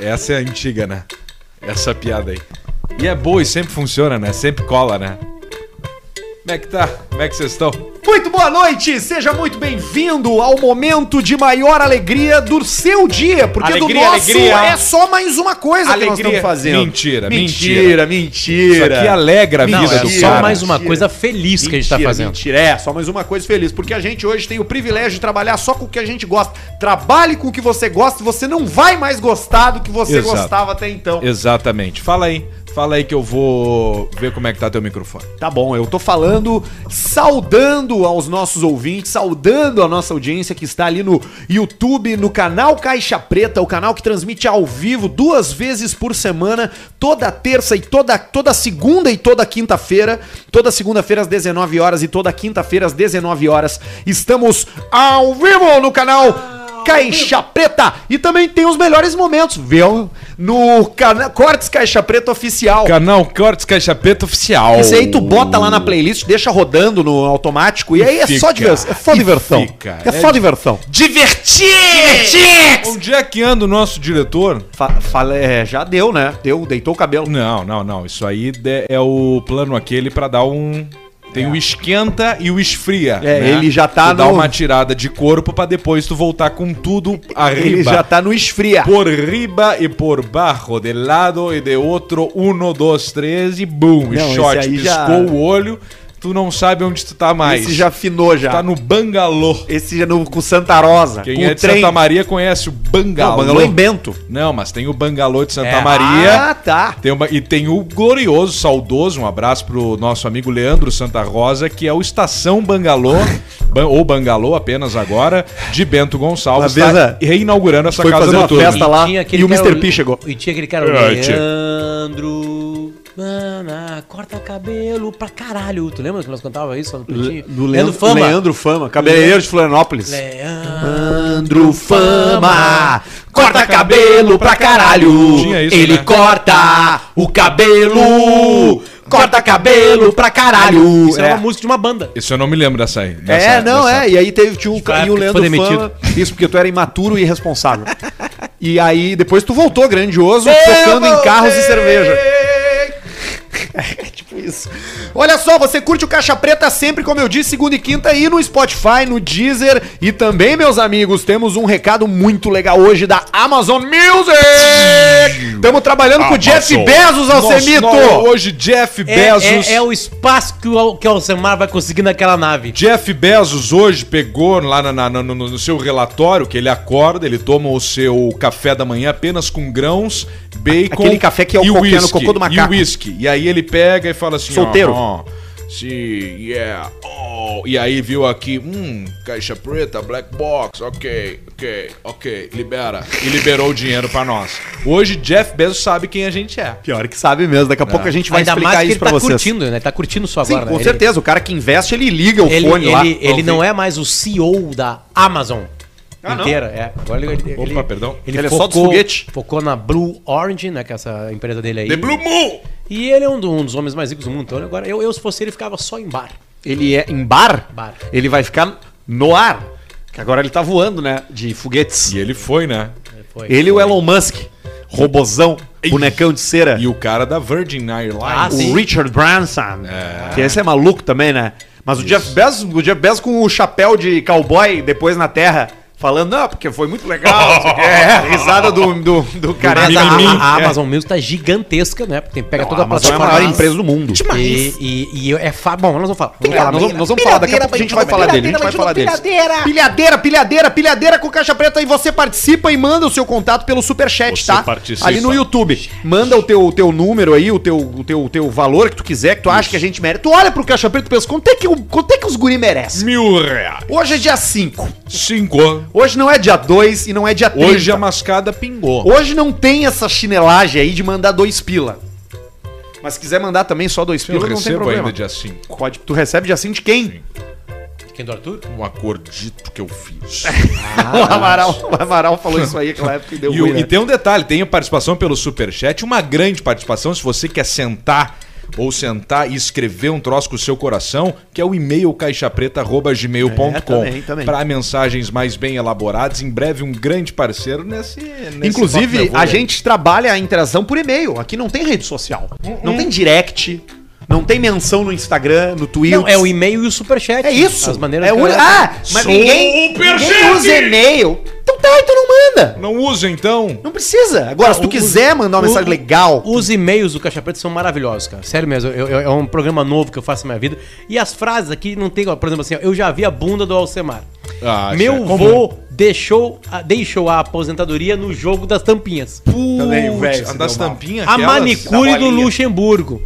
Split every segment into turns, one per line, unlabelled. Essa é a antiga, né? Essa piada aí. E é boa e sempre funciona, né? Sempre cola, né? Como é que tá? Como é que vocês estão?
Muito boa noite, seja muito bem-vindo ao momento de maior alegria do seu dia, porque
Alegria,
do nosso
alegria.
é só mais uma coisa que nós
Alegria.
estamos fazendo.
Mentira,
mentira, mentira.
Isso aqui alegra a
Não,
vida
é
do
só
cara.
mais
uma
Mentira.
coisa feliz que a gente tá
Mentira,
fazendo.
Mentira, é, só mais uma coisa feliz, porque a gente hoje tem o privilégio de trabalhar só com o que a gente gosta. Trabalhe com o que você gosta, você não vai mais gostar do que você
Exato.
gostava até então.
Exatamente. Fala aí. Fala aí que eu vou ver como é que tá teu microfone.
Tá bom, eu tô falando, saudando aos nossos ouvintes, saudando a nossa audiência que está ali no YouTube, no canal Caixa Preta, o canal que transmite ao vivo duas vezes por semana, toda terça e toda, toda segunda e toda quinta-feira, toda segunda-feira às 19 horas e toda quinta-feira às 19 horas. Estamos ao vivo no canal Caixa Preta e também tem os melhores momentos, viu? No cana- Cortes Caixa Preta oficial.
Canal Cortes Caixa Preta Oficial.
Isso aí tu bota lá na playlist, deixa rodando no automático e, aí é
fica,
só diversão. É só
e
diversão.
fica.
É
É
só diversão.
Onde é que anda o nosso diretor?
Fa- fala- é, já deu, né? Deu, deitou o cabelo.
Não, não, não. Isso aí de- é o plano aquele pra dar um. Tem o esquenta e o esfria. né?
É, ele já tá
tu dá
no-
uma tirada de corpo pra depois tu voltar com tudo arriba.
Ele já tá no esfria.
Por riba e por baixo, de lado e de outro, um, dois, três e bum.
Não,
shot,
esse aí
piscou
já-
o olho, tu não sabe onde tu tá mais.
Esse já afinou já.
Tá no bangalô.
Esse já no, com Santa Rosa.
Quem
com
é de Santa Maria conhece o bangalô.
Não, Bangalô em Bento.
Não, mas tem o bangalô de Santa
É.
Maria.
Ah, tá.
Tem uma- e tem o glorioso, saudoso, um abraço pro nosso amigo Leandro Santa Rosa, que é o Estação Bangalô, ban- ou Bangalô apenas agora, de Bento Gonçalves.
Uma vez
tá
a-
reinaugurando essa
foi
casa
fazer uma
noturna.
festa lá e o
cara
Mr. P chegou.
E tinha aquele cara,
É, tinha.
Leandro, mana, corta cabelo pra caralho. Tu lembra que nós cantava isso lá no Pretinho?
Do Leandro Fama. Leandro Fama,
cabeleireiro
cabeleireiro de Florianópolis.
Leandro Fama, corta cabelo pra caralho.
Tinha isso,
Ele
né?
corta o cabelo, corta cabelo pra caralho.
É.
música de uma banda.
Isso eu não me lembro dessa aí. dessa-
É, não,
dessa-
é. E aí teve tinha um, ca- e o
época que tu
Leandro
foi
Fama. Isso, porque tu era imaturo e irresponsável. e aí depois tu voltou grandioso, tocando em carros e cerveja. É tipo isso. Olha só, você curte o Caixa Preta sempre, como eu disse, segunda e quinta, e no Spotify, no Deezer. E também, meus amigos, temos um recado muito legal hoje da Amazon Music! Estamos trabalhando com o Jeff
Amazon.
Bezos,
Ah, Nossa,
Alcemito!
não, hoje, Jeff
É,
Bezos.
é- é o espaço que o, que o Alcemar vai conseguir naquela nave.
Jeff Bezos hoje pegou lá na- na- no, no- no seu relatório que ele acorda, ele toma o seu café da manhã apenas com grãos, bacon
Aquele café que é o
e
cocô-
whisky,
no cocô do macaco.
E whisky. E aí ele pega e fala assim,
Solteiro.
ó, ó, se yeah, oh. E aí viu aqui, hum, caixa preta, black box, ok, ok, ok, libera. E liberou o dinheiro pra nós. Hoje Jeff Bezos sabe quem a gente é.
Pior que sabe mesmo, daqui a pouco a gente vai
Ainda mais
explicar
que
isso
ele
pra
tá
vocês.
curtindo, né? Tá curtindo só
Sim,
agora.
com
né? Ele-
certeza. O cara que investe, ele liga o
Ele,
fone
ele,
lá.
ele, não é mais o CEO da Amazon
Ah, não?
inteira. É. Agora ele, ele,
Opa, perdão.
Ele,
Ele é
focou,
só dos foguete.
Focou na Blue Orange, né? Que é essa empresa dele aí.
The Blue Moon!
E ele é um, do- um dos homens mais ricos do mundo. Então, agora, eu, eu se fosse ele, ficava só em bar.
Ele é em bar?
Bar.
Ele vai ficar no ar. Que agora ele tá voando, né? De foguetes.
E ele foi, né?
É, Foi.
Ele e o Elon Musk. Robozão. Bonecão de cera.
E o cara da Virgin Airlines.
Ah, sim.
o Richard Branson. Que esse é maluco também, né? Mas o Jeff, Bezos, o Jeff Bezos com o chapéu de cowboy depois na terra. Falando, não, porque foi muito legal. não sei o quê. é, a risada do, do, do cara.
Mas a,
Mimimi.
a- a
É.
Amazon Music tá gigantesca, né? Porque tem, pega
Não,
toda
a Amazon é a maior empresa do mundo.
E, e, e é fa... Bom, nós vamos falar. Vamos
Cara,
falar
nós, vamos, nós vamos falar, daqui a pouco a gente vai falar dele. A gente vai falar dele. Pilhadeira, pilhadeira, pilhadeira com caixa preta. E você participa e manda o seu contato pelo superchat,
Você
tá?
participa.
Ali no YouTube. Manda o teu, o teu número aí, o teu, o, teu, o teu valor que tu quiser, que tu acha que a gente merece. Tu olha pro caixa preta e pensa, quanto é que, o- quanto é que os guri merecem?
Mil reais.
Hoje é dia 5.
Cinco.
Hoje não é dia 2 e não é dia 30.
Hoje a mascada pingou.
Hoje não tem essa chinelagem aí de mandar dois pila. Mas se quiser mandar também só dois
Eu
pila, não tem
recebo
problema.
ainda dia 5
Pode- tu recebe dia 5 de quem?
Quem é do Arthur?
um acordito que eu fiz.
o, Amaral, o Amaral falou isso aí naquela época e deu
e, o-
ruim,
e
né?
tem um detalhe, tem a participação pelo Superchat, uma grande participação, se você quer sentar ou sentar e escrever um troço com o seu coração, que é o e-mail
É,
caixapreta.gmail.com.
também, também.
Para mensagens mais bem elaboradas, em breve um grande parceiro nesse. nesse Papo
Inclusive,
Nervoso
a
aí.
gente trabalha a interação por e-mail. Aqui não tem rede social. Não tem direct. Não tem menção no Instagram, no Twitter.
Não, é o e-mail e o superchat.
É isso.
As maneiras
é
que
o...
eu-
Ah, mas ninguém,
Superchat!
ninguém usa e-mail. Então tá, então não manda.
Não usa então.
Não precisa. Agora, se tu
o-
quiser mandar uma
o-
mensagem legal,
Os e-mails do Caixa Preta são maravilhosos, cara. Sério mesmo. eu- eu- é um programa novo que eu faço na minha vida. E as frases aqui não tem. ó, Por exemplo, assim, ó, eu já vi a bunda do Alcemar.
Ah, isso é
Meu
comum.
vô deixou a, deixou a aposentadoria no jogo das tampinhas.
Também, velho,
Putz,
se
a das
deu mal.
tampinhas.
A
aquelas-
manicure
da
do
bolinha.
Luxemburgo.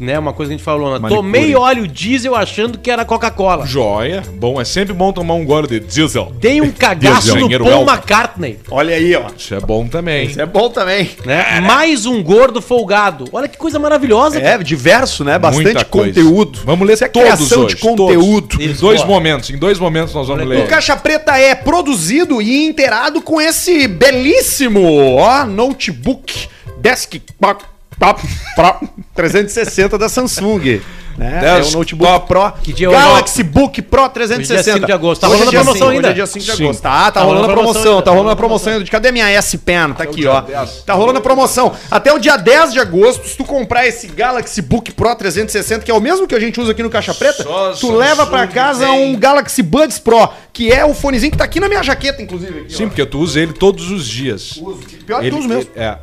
Né, uma coisa que a gente falou, né?
Manicure.
Tomei óleo diesel achando que era Coca-Cola.
Joia. Bom, é sempre bom tomar um gole de diesel.
Dei um cagaço no
Dinheiro
Paul
Elba.
McCartney.
olha aí, ó.
Isso é bom também.
Isso é bom também.
Né? Mais um gordo folgado. Olha que coisa maravilhosa,
É, diverso, né? Bastante
Muita coisa.
conteúdo.
Vamos ler
Isso é
todos
criação
hoje,
de conteúdo.
todos. Em
Isso,
dois
ó.
momentos, em dois momentos nós vamos
Olha
ler.
O Caixa Preta é produzido e inteirado com esse belíssimo ó, notebook desktop top, pro 360 da Samsung. Né? É o
Desktop.
notebook Pro.
Que dia é hoje?
Galaxy Book Pro 360.
Hoje é 5 de agosto. Tá
Hoje é
rolando
dia
promoção
5,
ainda?
Hoje é dia 5 de
Sim.
agosto. Ah, tá
Tá
rolando
rolando
promoção.
promoção ainda.
Tá rolando a promoção ainda. Cadê minha S Pen? Tá aqui,
dia
ó.
10.
Tá rolando a promoção. Até o dia 10 de agosto, se tu comprar esse Galaxy Book Pro 360, que é o mesmo que a gente usa aqui no Caixa Preta,
Só
tu
Samsung
leva pra casa
tem.
um Galaxy Buds Pro, que é o fonezinho que tá aqui na minha jaqueta, inclusive. Aqui,
Sim, porque tu usa ele todos os dias.
ó. Uso. Pior que
Ele,
tu usa mesmo.
ele- é,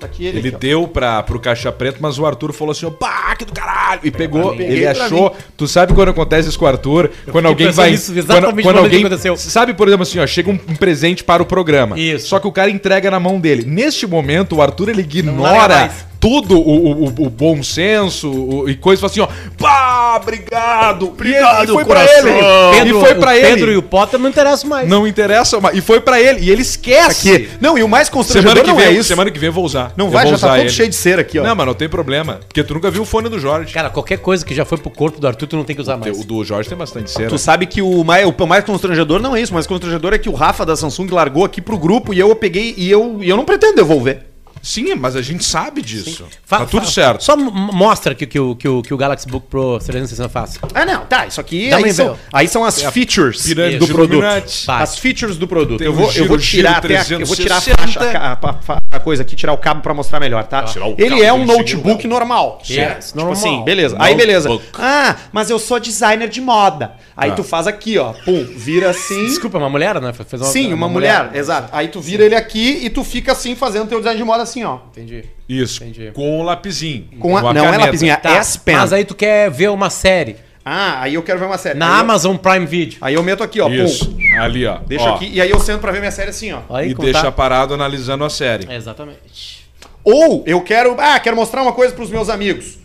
Tá aqui ele.
ele
aqui, ó.
deu pra, pro Caixa Preto, mas o Arthur falou assim, ó, pá, que do caralho! E pegou,
mim.
ele
Peguei pra
achou. Tu sabe quando acontece isso com o Arthur? quando alguém
pensando
vai.
nisso exatamente
quando
no
quando
momento
alguém.
que aconteceu.
Sabe, por exemplo, assim, ó, chega um, um presente para o programa.
Isso.
Só que o cara entrega na mão dele. Neste momento, o Arthur ele
larga
ignora.
mais.
Tudo, o, o, o- o bom senso o- e coisa, fala assim, ó, pá, obrigado! Obrigado, e foi pra
coração.
ele!
Pedro,
e foi pra
o
ele!
Pedro e o Potter não interessam mais.
Não interessa, mas- e foi pra ele, e ele esquece.
tá Aqui. Não, e o mais constrangedor
Semana que,
não
vem,
é isso.
semana que vem eu vou usar.
Não
Eu
vai,
vou
já tá
usar
todo
ele.
cheio de cera aqui, ó.
Não, mas não tem problema. Porque tu nunca viu o fone do Jorge.
Cara, qualquer coisa que já foi pro corpo do Arthur, tu não tem que usar mais.
o do Jorge tem bastante cera.
Tu sabe que o mais, o mais constrangedor não é isso, o mais constrangedor é que o Rafa da Samsung largou aqui pro grupo e eu peguei e eu, e eu não pretendo devolver.
Sim, mas a gente sabe disso.
Fa-
tá tudo
fa-
certo.
Só m- mostra que, que, o- que, o- que o Galaxy Book Pro 360 faz.
Ah, não, tá, isso aqui
Dá
aí
uma
são,
ideia.
aí são as features
pirâmide
do
do
produto.
Illuminati.
As features do produto.
Tem
Eu
o
vou, eu
giro,
vou tirar
giro
até a, eu vou tirar a
360.
faixa, a, ca- a- a coisa aqui, tirar o cabo pra mostrar melhor, tá?
Tirar o
Ele
cabo,
é um
ele
notebook
seguiu.
normal.
Yes,
tipo
normal.
assim, beleza. Aí beleza.
Notebook.
Ah, mas eu sou designer de moda. Aí
Ah.
tu faz aqui, ó, pum, vira assim.
Desculpa, uma mulher, né? Fez
Sim, uma mulher, exato. Aí tu vira ele aqui e tu fica assim fazendo teu design de moda assim, ó.
Entendi.
Isso,
Entendi.
com o lapizinho.
Com a, não é
caneta.
lapisinha,
Tá,
é S-Pen.
mas aí tu quer ver uma série
Ah, aí eu quero ver uma série.
na
aí
Amazon Prime Video.
Eu, aí eu meto aqui, ó,
Isso,
pum.
ali ó.
Deixa
Ó,
aqui e aí eu sento pra ver minha série assim, ó.
Olha aí
E
como
deixa
tá.
parado analisando a série.
Exatamente.
Ou eu quero, ah, quero mostrar uma coisa pros meus amigos.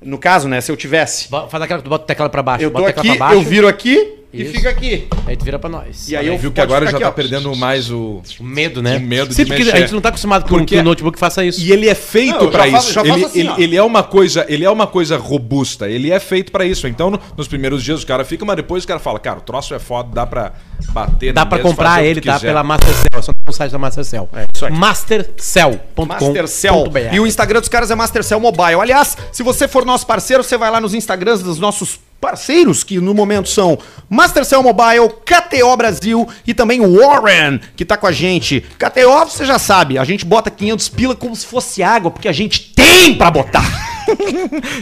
No caso, né, se eu tivesse.
Bo- Faz aquela que tu bota a tecla pra baixo.
Eu
bota
tô
a tecla
aqui,
pra baixo.
eu viro aqui e
Isso.
fica aqui.
Aí tu vira pra nós.
E aí eu
Viu que
pode
agora
ficar
já
aqui,
tá
ó.
perdendo mais o.
O medo, né?
O medo de
Sempre que a
mexer.
gente não tá acostumado com
Porque-
que o notebook faça isso.
E ele é feito
Não, eu
pra
já faço-
isso.
já faço
ele,
assim,
ele-
ó.
ele é uma coisa, ele é uma coisa robusta. Ele é feito pra isso. Então, no- nos primeiros dias o cara fica, mas depois o cara fala, cara, o troço é foda, dá pra bater.
Dá
na
pra
mesa,
comprar
fazer o que
ele, tá?
quiser.
Pela Mastercell. É só no site da Mastercell. É
isso aí.
Mastercell.com.br
Mastercell. E o Instagram dos caras é Mastercell Mobile. Aliás, se você for nosso parceiro, você vai lá nos Instagrams dos nossos parceiros, que no momento são Mastercell Mobile, KTO Brasil e também o Warren, que tá com a gente. KTO, você já sabe, a gente bota 500 pila como se fosse água, porque a gente tem pra botar.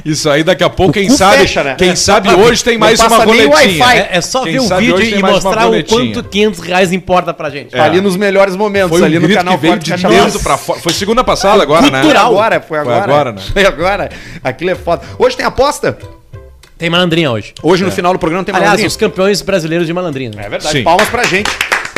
Isso aí daqui a pouco, quem
cu
sabe,
fecha, né?
quem
É,
sabe
não
hoje tem mais
passa
uma
nem
boletinha.
Wi-Fi.
É, é só
Quem
ver o
sabe
vídeo
hoje tem
e
mais uma
mostrar o
boletinha.
quanto 500 reais importa pra gente.
Ali nos melhores momentos,
É. Foi
ali
um
no
grito
canal
que veio
Forte
de
Canal.
dentro pra fora. Foi segunda passada agora, né?
Cultural. Agora, foi
Foi
agora.
agora, né?
Foi agora. Aquilo é foda. Hoje tem aposta?
Tem malandrinha hoje.
Hoje no final do programa tem
Aliás,
malandrinho.
os campeões brasileiros de malandrinha. né?
É verdade.
É. Sim.
Palmas pra gente.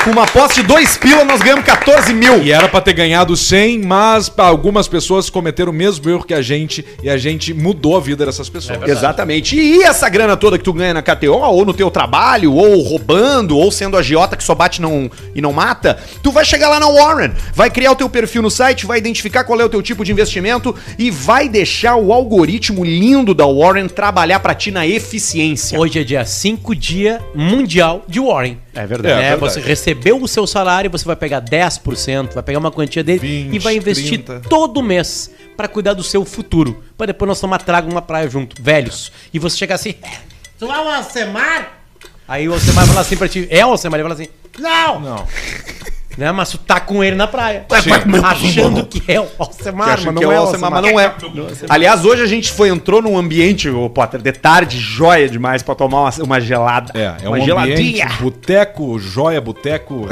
Com uma aposta de 2 pila, nós ganhamos 14 mil.
E era pra ter ganhado 100, mas pá, algumas pessoas cometeram o mesmo erro que a gente e a gente mudou a vida dessas
É
pessoas.
Exatamente. E essa grana toda que tu ganha na KTO, ou no teu trabalho, ou roubando, ou sendo agiota que só bate não, e não mata, tu vai chegar lá na Warren, vai criar o teu perfil no site, vai identificar qual é o teu tipo de investimento e vai deixar o algoritmo lindo da Warren trabalhar pra ti na eficiência.
Hoje é dia 5 dia mundial de Warren.
É verdade.
É,
né?
verdade.
Você recebeu o seu salário, você vai pegar 10%, vai pegar uma quantia dele
20,
e vai investir
30.
todo mês pra cuidar do seu futuro. Pra depois nós tomar trago numa praia junto, velhos. E você chegar assim, "É, tu é o Alcemar? Aí o Alcemar vai falar assim pra ti, é o Alcemar? Ele vai falar assim, não!
Não.
Né? Mas tu tá com ele na praia.
Sim.
Achando que é o Alcemar,
Acho que é o Alcemar, mas não é. Aliás, hoje a gente foi, entrou num ambiente, ô Potter, de tarde, joia demais, pra tomar uma, uma gelada.
É, é um
uma
ambiente, boteco, joia, boteco,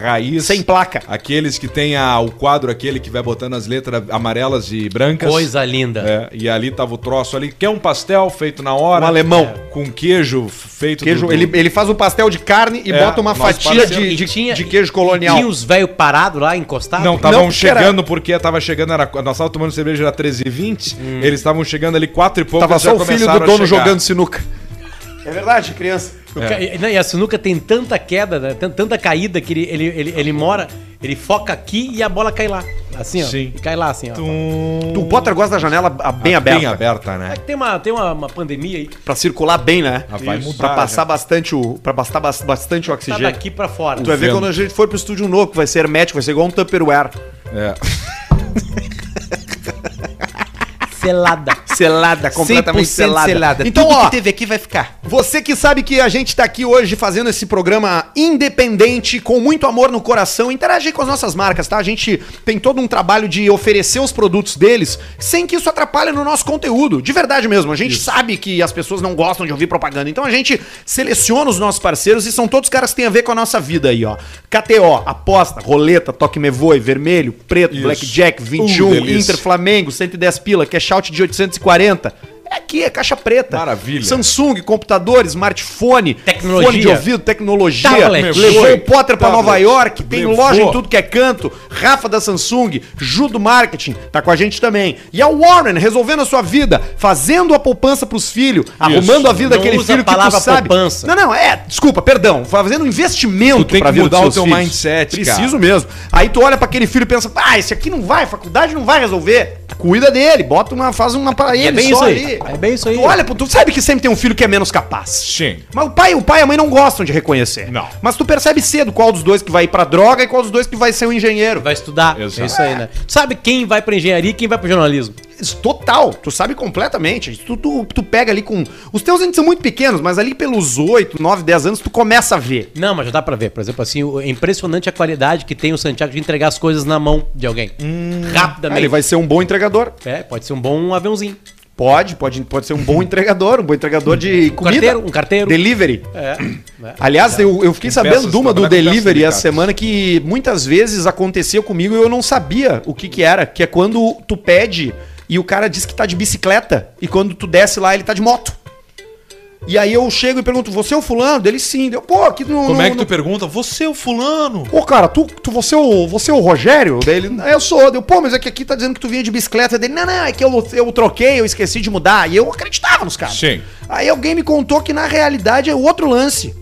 raiz.
Sem placa.
Aqueles que tem a- o quadro aquele que vai botando as letras amarelas e brancas.
Coisa linda.
É, e ali tava o troço ali. Quer um pastel feito na hora? é,
Um alemão.
Com queijo feito
Queijo,
do-
ele, ele faz um pastel de carne e
É,
bota uma
nós
fatia
parceiro-
de,
E
de,
tinha-
de queijo
Tinha
colonial.
os velhos parados lá, encostados.
Não, estavam
porque era-
chegando porque tava chegando, era, nós tava tomando cerveja, era 13h20, eles estavam chegando ali 4 e pouco,
Hum. Tava
eles já
só o filho
começaram
do
a
dono
chegar.
jogando sinuca. É verdade, criança.
O ca- e- não, E a sinuca tem tanta queda, né? Tan- tanta caída que ele, ele, ele, ele mora, ele foca aqui e a bola cai lá. Assim, ó.
Sim.
Cai lá, assim, ó.
O Potter gosta da janela a- bem aberta.
Bem aberta, né?
É que Tem uma, tem uma, uma pandemia aí.
Pra circular bem, né?
Ah, vai mudar,
Pra passar
já.
bastante o. Pra passar bas- bastante o
Tá
oxigênio.
daqui pra fora.
Tu é vai ver
vento.
quando a gente for pro estúdio novo, que vai ser hermético, vai ser igual um Tupperware.
É.
Selada.
Selada, completamente
100%
selada.
selada.
Então,
Tudo
ó,
que teve aqui vai ficar.
Você que sabe que a gente tá aqui hoje fazendo esse programa independente, com muito amor no coração, interage aí com as nossas marcas, tá? A gente tem todo um trabalho de oferecer os produtos deles sem que isso atrapalhe no nosso conteúdo. De verdade mesmo, a gente sabe que as pessoas não gostam de ouvir propaganda, então a gente seleciona os nossos parceiros e são todos caras que têm a ver com a nossa vida aí, ó. KTO, aposta, roleta, toque me voe, vermelho, preto,
Isso.
blackjack, 21,
Uh, delícia.
Inter, Flamengo, 110 pila, cash out de 840. É aqui, é caixa preta.
Maravilha.
Samsung Samsung, computadores, smartphone,
Tecnologia.
fone de ouvido, tecnologia.
Tablet.
Levou
Foi.
o Potter pra Nova
Tablet.
York, tem
Levou.
loja em tudo que é canto. Rafa da Samsung, Ju do Marketing, tá com a gente também. E a Warren resolvendo a sua vida, fazendo a poupança pros filhos, arrumando a vida
Não
daquele
usa
filho
a
que tu
palavra
sabe.
poupança.
Não, não, é, desculpa, perdão, fazendo um investimento
Tu tem que
vida dos
mudar o
seus
teu
filhos.
mindset, cara.
Preciso mesmo. Aí tu olha pra aquele filho e pensa: "Ah, esse aqui não vai, faculdade não vai resolver". Cuida dele, bota uma, faz uma pra ele
bem
só
isso aí.
ali.
É bem isso aí.
Tu olha, pô, tu sabe que sempre tem um filho que é menos capaz.
Sim.
Mas o pai, o pai e a mãe não gostam de reconhecer.
Não.
Mas tu percebe cedo qual dos dois que vai ir pra droga e qual dos dois que vai ser um engenheiro.
Vai estudar.
Exato.
É isso aí, né? Tu sabe quem vai pra engenharia e quem vai pro jornalismo?
Isso, Total, tu sabe completamente. Isso Tu, tu, tu pega ali com. Os teus ainda são muito pequenos, mas ali pelos 8, 9, 10 anos tu começa a ver.
Não, mas já dá pra ver. Por exemplo, assim, o- é impressionante a qualidade que tem o Santiago de entregar as coisas na mão de alguém.
Ah,
Rapidamente.
ele vai ser um bom entregador.
É, pode ser um bom aviãozinho.
Pode, pode, pode ser um bom entregador, um bom entregador de comida.
carteiro, um carteiro.
Delivery.
É. né?
Aliás, eu, eu fiquei sabendo
peças,
de uma do
trabalhar com peças
delivery
delicadas.
essa semana que muitas vezes acontecia comigo e eu não sabia o que que era, que é quando tu pede e o cara diz que tá de bicicleta e quando tu desce lá ele tá de moto. E aí eu chego e pergunto, você é o fulano? Ele sim. Deu, pô, aqui no...
Como
no-
é que tu
no-
pergunta? Você, o fulano?
Pô, cara, tu, tu você, é o, você é o Rogério? Daí ele, "Ah, eu sou. Deu, pô, mas é que aqui tá dizendo que tu vinha de bicicleta. Dele, não, não, é que eu, eu troquei, eu esqueci de mudar. E eu acreditava nos caras.
Sim.
Aí alguém me contou que na realidade é outro lance.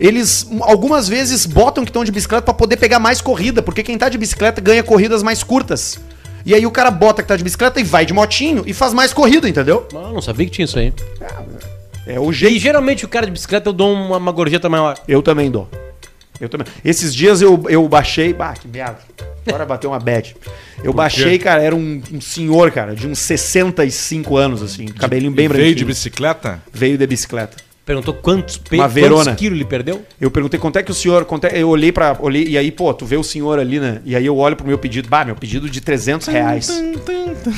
Eles m- algumas vezes botam que estão de bicicleta pra poder pegar mais corrida, porque quem tá de bicicleta ganha corridas mais curtas. E aí o cara bota que tá de bicicleta e vai de motinho e faz mais corrida, entendeu?
Mas eu não sabia que tinha isso aí.
É o
E
jeito.
geralmente o cara de bicicleta eu dou uma, uma gorjeta maior.
Eu também dou. Eu também. Esses dias eu, eu baixei. Bah, que merda. Agora bateu uma bad. Eu baixei, cara, era um, um senhor, cara, de uns 65 anos, assim, cabelinho bem
E
branquinho.
Veio de bicicleta?
Veio de bicicleta.
Perguntou quantos, pe...
Uma
quantos
Verona.
quilos ele perdeu?
Eu perguntei quanto é que o senhor. Quanto é- eu olhei pra. Olhei, e aí, pô, tu vê o senhor ali, né? E aí eu olho pro meu pedido. Bah, meu pedido de 300 reais.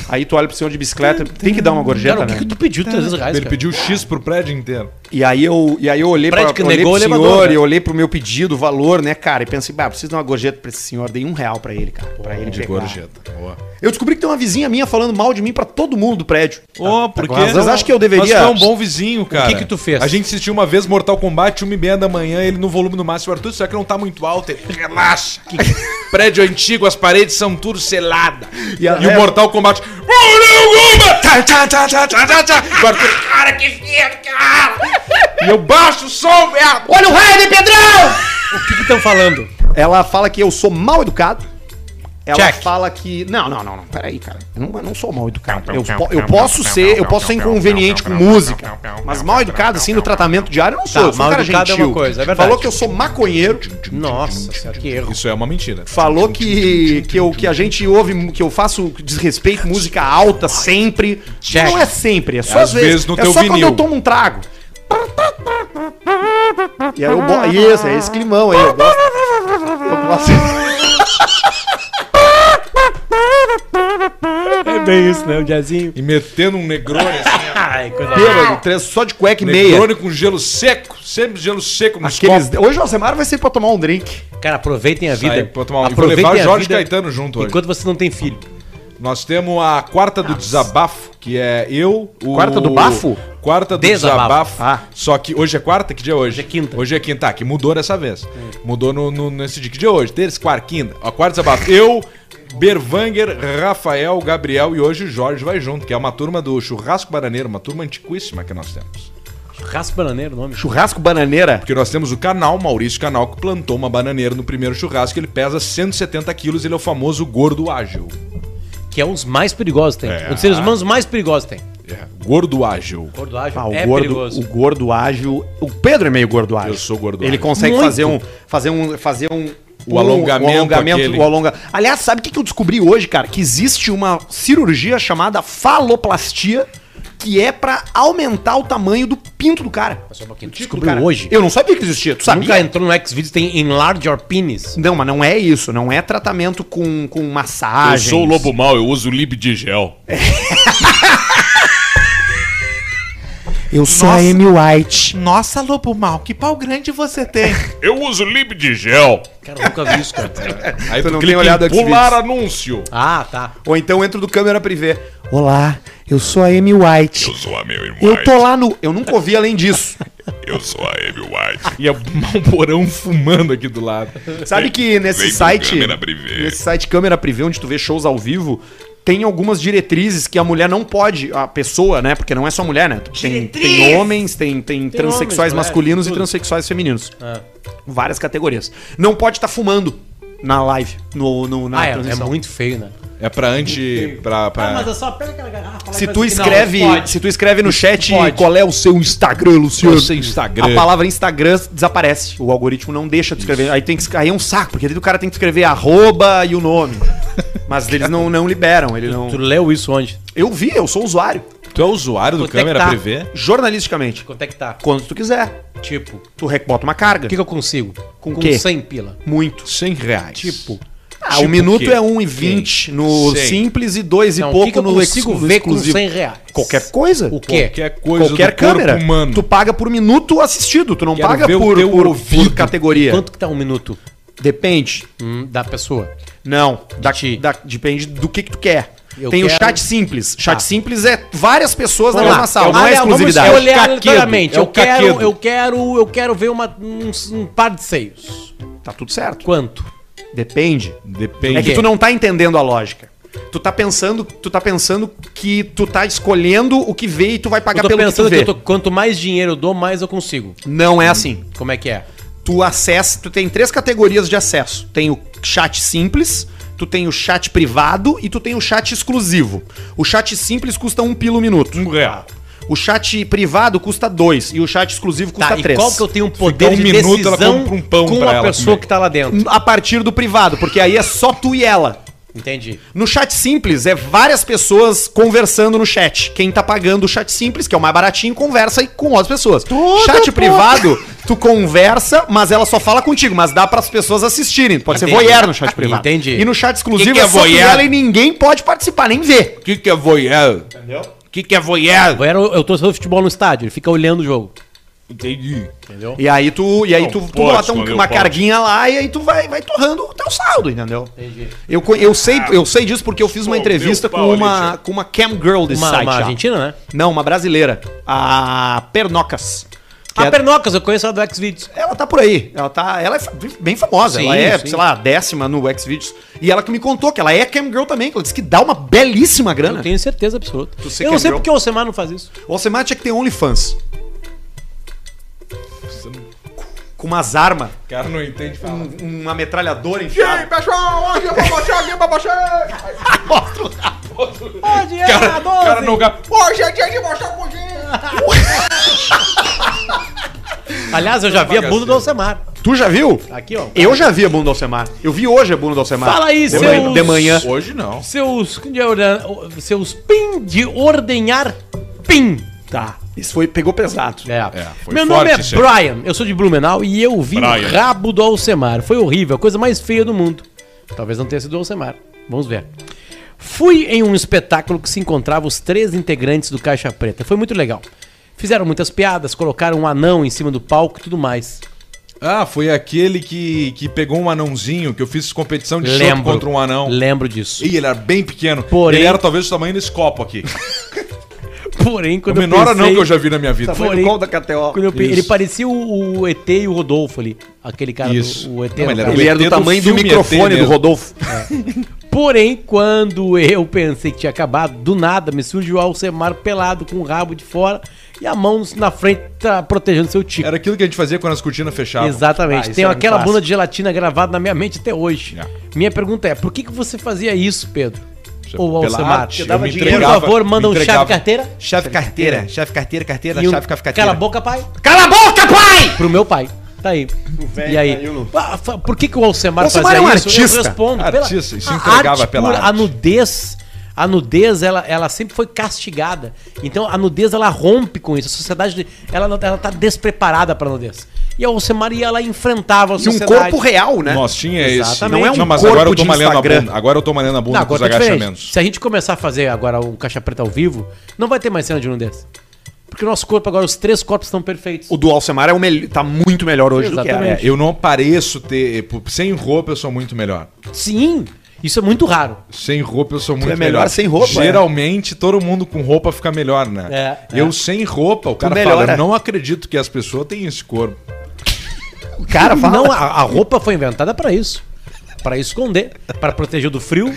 Aí tu olha pro senhor de bicicleta. Tem que dar uma gorjeta,
Cara, o que,
né?
que tu pediu 300 reais,
Ele
cara?
pediu X pro prédio inteiro.
E aí eu, e aí eu olhei, pra,
Prédio que
olhei
negou
pro
o
senhor
elevador, né?
e olhei pro meu pedido, o valor, né, cara? E pensei, bah, preciso dar uma gorjeta pra esse senhor. Dei um real pra ele, cara. Pra ele
De
pegar.
gorjeta. Boa.
Eu descobri que tem uma vizinha minha falando mal de mim pra todo mundo do prédio.
Ô,
tá com razão. Mas acho que eu
Mas tu
deveria-
é um bom vizinho, cara.
que que tu fez?
A gente assistiu uma vez Mortal Kombat, uma e meia da manhã, ele no volume no máximo. Arthur, será que não tá muito alto? Ele, relaxa. Prédio antigo, as paredes são tudo selada. E,
E a-
o
é-
Mortal Kombat... Porra alguma! Tá, tá, tá, tá, tá, tá, tá. O Arthur, cara, que fica, cara! E eu baixo o som, merda!
Olha o raio de Pedrão!
O que que estão falando?
Ela fala que eu sou mal educado. Ela
Check.
fala que. Não, não, não, não. Peraí, cara. Eu não, eu não sou mal educado. Eu, po- eu posso ser, eu posso ser inconveniente com música. Mas mal educado, assim, no tratamento diário, eu não sou.
Tá,
eu sou um
mal
cara
educado é
gentil.
uma coisa, é verdade.
Falou que eu sou maconheiro.
Nossa senhora, que erro.
Isso é uma mentira.
Falou que, que, eu, que a gente ouve, que eu faço desrespeito, música alta sempre.
Check.
Não é sempre, é só
É
às
às
vezes.
vezes no
é
teu
só quando
vinil.
eu tomo um trago. E aí eu bo- Isso, é esse climão aí. Eu gosto. Eu gosto.
É bem isso, né? O jazzinho.
E metendo um negrone assim,
Ai, coisa
Bêbado, três- só de cueca e
ó.
meia.
negrone com gelo seco, sempre gelo seco nos
Aqueles... Hoje o Alcemar vai ser pra tomar um drink.
Cara, aproveitem a vida.
Sai pra tomar um- e vou
aproveitem
levar
a
Jorge
vida
Caetano junto hoje.
Enquanto você não tem filho.
Nós temos a quarta do desabafo, que é eu, o.
Quarta do bafo?
Quarta do
Desabafo.
desabafo.
Ah.
Só que hoje é quarta? Que dia é hoje? Hoje
é quinta.
Hoje é quinta, ah, que mudou dessa vez. Mudou no, no- nesse dia. Que dia é hoje? Terça, quarta, quinta. Ó, quarta desabafo. Eu, Berwanger, Rafael, Gabriel e hoje o Jorge vai junto, que é uma turma do Churrasco Bananeiro, uma turma antiquíssima que nós temos.
Churrasco bananeiro o nome.
Churrasco bananeira.
Porque nós temos o canal, Maurício Canal, que plantou uma bananeira no primeiro churrasco. Ele pesa 170 quilos, ele é o famoso gordo ágil.
Que é um dos mais perigosos que tem.
É.
Um dos seres humanos mais perigosos que tem.
É, gordo ágil.
Gordo ágil
Ah, o,
é
gordo,
perigoso.
o gordo ágil. O Pedro é meio gordo ágil.
Eu sou gordo
Ele
ágil.
consegue
Muito.
fazer um. Fazer um. Fazer um.
O
um-
alongamento
o alongamento,
aquele.
o alonga... Aliás, sabe o que que eu descobri hoje, cara? Que existe uma cirurgia chamada faloplastia que é pra aumentar o tamanho do pinto do cara.
Só um pouquinho.
Tipo do
Descobriu
cara.
hoje.
Eu não sabia que existia. Tu sabia?
Nunca entrou no Xvideos, tem Enlarge Your Penis.
Não, mas não é isso. Não é tratamento com, com
Eu
massagem.
sou o lobo mal, eu uso lib de gel.
Eu sou a Amy White.
Nossa, Lobo Mal, que pau grande você tem.
Eu uso lib de gel.
Cara, eu nunca vi isso, cara.
Aí
Tu
tu,
não tem
clica
olhado
em
Xvideos.
pular anúncio.
Ah, tá.
Ou então entro do câmera privê. Olá, eu sou a Amy White.
sou a meu irmão.
Eu, tô lá no. Eu nunca ouvi além disso.
Eu sou a Amy White. E é um porão fumando aqui do lado.
Sabe que nesse
Vem pro
site.
Câmera Privê.
Nesse site Câmera Privê, onde tu vê shows ao vivo, tem algumas diretrizes que a mulher não pode. A pessoa, né? Porque não é só mulher, né? Tem, tem homens, tem, tem,
homens,
transexuais
mulheres,
masculinos e
tudo.
transexuais femininos.
Ah,
Várias categorias. Não pode estar fumando na live, no, no- na
Ah, é, é
transmissão.
muito feio, né?
É pra anti. Pra, pra...
Ah, é só pega aquela garrafa.
Se tu escreve, se tu escreve no chat
pode.
qual é o seu Instagram, Luciano,
Qual é o seu Instagram?
a palavra Instagram desaparece. O algoritmo não deixa de escrever. Aí tem que aí é um saco, porque daí o cara tem que escrever arroba e o nome. Mas eles não, não liberam, ele
Tu
não.
leu isso onde?
Eu vi, eu sou usuário,
Tu é usuário do
Quanto é que
câmera
tá?
privê?
jornalisticamente.
Quanto é que tá?
Quando tu quiser,
Tipo, o
tu rec- bota uma carga.
que, que eu consigo?
Com quê?
100 pila.
Muito.
100 reais.
Tipo,
Ah,
Tipo
o minuto
quê?
é 1,20 no
Sei.
simples e 2 e
Não, o
pouco
que que eu
no
consigo
ex- no
ver
exclusivo.
com 100 reais?
Qualquer coisa.
o quê?
Qualquer coisa
qualquer
do
câmera,
corpo humano.
tu paga por minuto assistido, tu não
Quero
paga
ver o
por,
teu
por,
ouvido.
por categoria.
Quanto que tá um minuto
Depende.
hum, da pessoa?
Não, da-
ti.
da- depende do que que tu quer.
Eu
Tem o
quero-
chat simples. Chat
Tá.
simples é várias pessoas na
Vamos
mesma
lá.
sala,
Vamos
não é
lá,
exclusividade.
vamos
escolher
caquedo.
aleatoriamente.
É o
eu, quero,
caquedo.
eu quero, eu quero ver uma, um, um par de seios.
Tá tudo certo.
Quanto?
Depende.
Depende.
É que
quê?
tu não tá entendendo a lógica. Tu tá pensando, tu tá pensando que tu tá escolhendo o que vê e tu vai pagar
Eu tô
pelo
pensando
que
que,
tu vê.
eu tô, quanto mais dinheiro eu dou, mais eu consigo.
Não é assim.
Como é que é?
tu acessa, tu tem três categorias de acesso. Tem o chat simples, tu tem o chat privado e tu tem o chat exclusivo. O chat simples custa um pilo o minuto.
Um real.
O chat privado custa dois e o chat exclusivo custa
Tá, e
três.
qual que eu tenho um poder
Ficar um
de
minuto, ela
decisão
compra um pão
com
pra
a
ela
pessoa
comer.
que tá lá dentro?
A partir do privado, porque aí é só tu e ela.
Entendi.
No chat simples é várias pessoas conversando no chat. Quem tá pagando o chat simples, que é o mais baratinho, conversa aí com as pessoas. chat privado, tu conversa, mas ela só fala contigo, mas dá pras pessoas assistirem. Pode ser
Entendi.
voyeur no chat privado.
Entendi.
E no chat exclusivo
Que que é
é só tu e
voyeur?
ela e ninguém pode participar, nem ver.
O que, que é voyeur? Entendeu? O que, que é voyeur?
Agora eu, eu tô jogando futebol no estádio, ele fica olhando o jogo.
Entendi.
Entendeu?
E aí tu, e aí tu, tu
pode,
bota um-
Flamengo,
uma
pode.
carguinha lá e aí tu vai, vai torrando o teu saldo, entendeu? Eu, co- eu, sei, eu sei disso porque eu fiz uma
Pô,
entrevista
meu
com
pau,
uma,
Lídia.
com uma cam girl desse
Uma,
site.
uma
já.
argentina, né?
Não, uma brasileira. A Pernocas. que
a
é-
Ah, Pernocas, eu conheço ela do Xvideos.
Ela tá por aí. Ela, tá, ela é fa- bem famosa.
Sim,
ela é,
sim.
sei lá, a décima no Xvideos. E ela que me contou que ela é cam girl também. Que ela disse que dá uma belíssima grana.
Eu tenho certeza absoluta.
sei que é
Eu não sei
meu?
porque o Alcemar não faz isso.
O Alcemar tinha que ter OnlyFans. com umas armas,
O cara não entende falar.
um- uma metralhadora
E
enfiada.
aí, pessoal, hoje eu vou baixar aqui pra baixar.
Hoje é
Cara, o cara não ga-
Hoje é dia de mostrar o jeito.
Aliás, eu já vi a bunda do Alcemar.
Tu já viu?
Aqui, ó.
Eu já vi a bunda do Alcemar. Eu vi hoje a bunda do Alcemar.
Fala aí,
de
seus-
manhã, de manhã.
Hoje não.
Seus. de orden- é? Seus pin de ordenhar pin. Tá.
Isso foi, pegou pesado.
É.
foi
Meu
forte
nome é
isso aí.
Brian, eu sou de Blumenau e eu vi
Brian.
o rabo do Alcemar. Foi horrível, a coisa mais feia do mundo. Talvez não tenha sido o Alcemar. Vamos ver. Fui em um espetáculo que se encontrava os três integrantes do Caixa Preta. Foi muito legal. Fizeram muitas piadas, colocaram um anão em cima do palco e tudo mais.
Ah, foi aquele que, que pegou um anãozinho, que eu fiz competição de chute
Lembro.
contra um anão.
Lembro disso.
Ih, ele era bem pequeno.
Porém-
Ele era talvez o tamanho desse copo aqui.
Porém,
O
quando
menor
eu pensei...
anão que eu já vi na minha vida.
Tá bom.
Foi
Porém,
no gol da KTO.
quando eu pe-
Isso.
Ele parecia o, o ET e o Rodolfo ali. Aquele cara
Isso.
do o ET.
Não,
no
mas ele era
caso.
o
Ele era do
ET do
tamanho do
filme ET
microfone do
mesmo.
Rodolfo.
Porém, quando eu pensei que tinha acabado, do nada me surge o Alcemar pelado com o rabo de fora e a mão na frente tá protegendo seu tico.
Era aquilo que a gente fazia quando as cortinas fechavam.
Exatamente.
Ah, isso
Tenho
era um
aquela
clássico.
bunda de gelatina gravada na minha mente até hoje.
Yeah.
Minha pergunta é, por que, que você fazia isso, Pedro?
Isso é
Ou
pela
Alcemar?
arte,
Por
eu me entregava,
favor, manda um
me
chave
entregava.
carteira.
Chave
É.
carteira, chave carteira, carteira,
E um...
chave carteira.
Cala a boca, pai.
Cala a boca, pai!
Pro meu pai. Tá aí.
velho
E aí?
caiu no-
Ah, fa- Por que, que o Alcemar,
Alcemar
fazia
é um
isso?
artista.
Eu respondo.
Artista, isso entregava
a arte
pela
pura,
arte.
A nudez, a nudez ela, ela sempre foi castigada. Então a nudez, ela rompe com isso. A sociedade, ela, não- ela tá despreparada pra nudez. E o Alcemar ia lá e enfrentava a
E um
sociedade.
corpo real, né?
Nós tinha esse.
Exatamente. Não é um
mas
corpo
agora eu tô
de
malhando a
Instagram.
bunda. Agora eu tô malhando a bunda
Não,
com os
agora tá diferente.
agachamentos.
Se a gente começar a fazer agora um caixa preta ao vivo, não vai ter mais cena de nudez. Porque o nosso corpo agora, os três corpos estão perfeitos.
O do Alcemar é o melhor, tá muito melhor hoje do que
Exatamente.
era.
É, eu não pareço ter. por- Sem roupa eu sou muito melhor.
Sim, isso é muito raro.
Sem roupa eu sou muito
é melhor sem roupa,
Geralmente todo mundo com roupa fica melhor, né?
É,
eu sem roupa, o cara fala,
melhora.
eu não acredito que as pessoas têm esse corpo.
Cara, Não, a, a roupa foi inventada pra isso. Pra esconder, pra proteger do frio,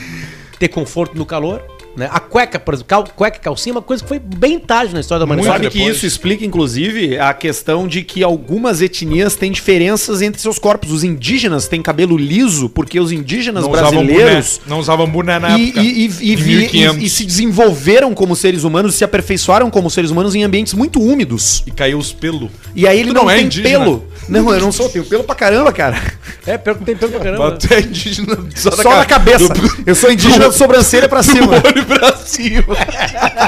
ter conforto no calor. Né? A cueca, por exemplo, cal, cueca e calcinha é uma coisa que foi bem tarde na história da
Muito
Sabe
humanidade.
depois.
que isso explica, inclusive, a questão de que algumas etnias têm diferenças entre seus corpos. Os indígenas têm cabelo liso, porque os indígenas brasileiros
boné. Não usavam boné na
e,
época.
e- e- e
Em
vi-
1500.
e- e se desenvolveram como seres humanos, se aperfeiçoaram como seres humanos em ambientes muito úmidos.
E caiu os pelos.
E aí ele
Tu
não,
não é
tem
indígena?
pelo. Não, eu não sou, eu tenho pelo pra caramba, cara.
É, pior que tem pelo pra caramba.
Até indígena só,
Só na cabeça. Eu sou indígena de sobrancelha pra cima.
olho pra cima.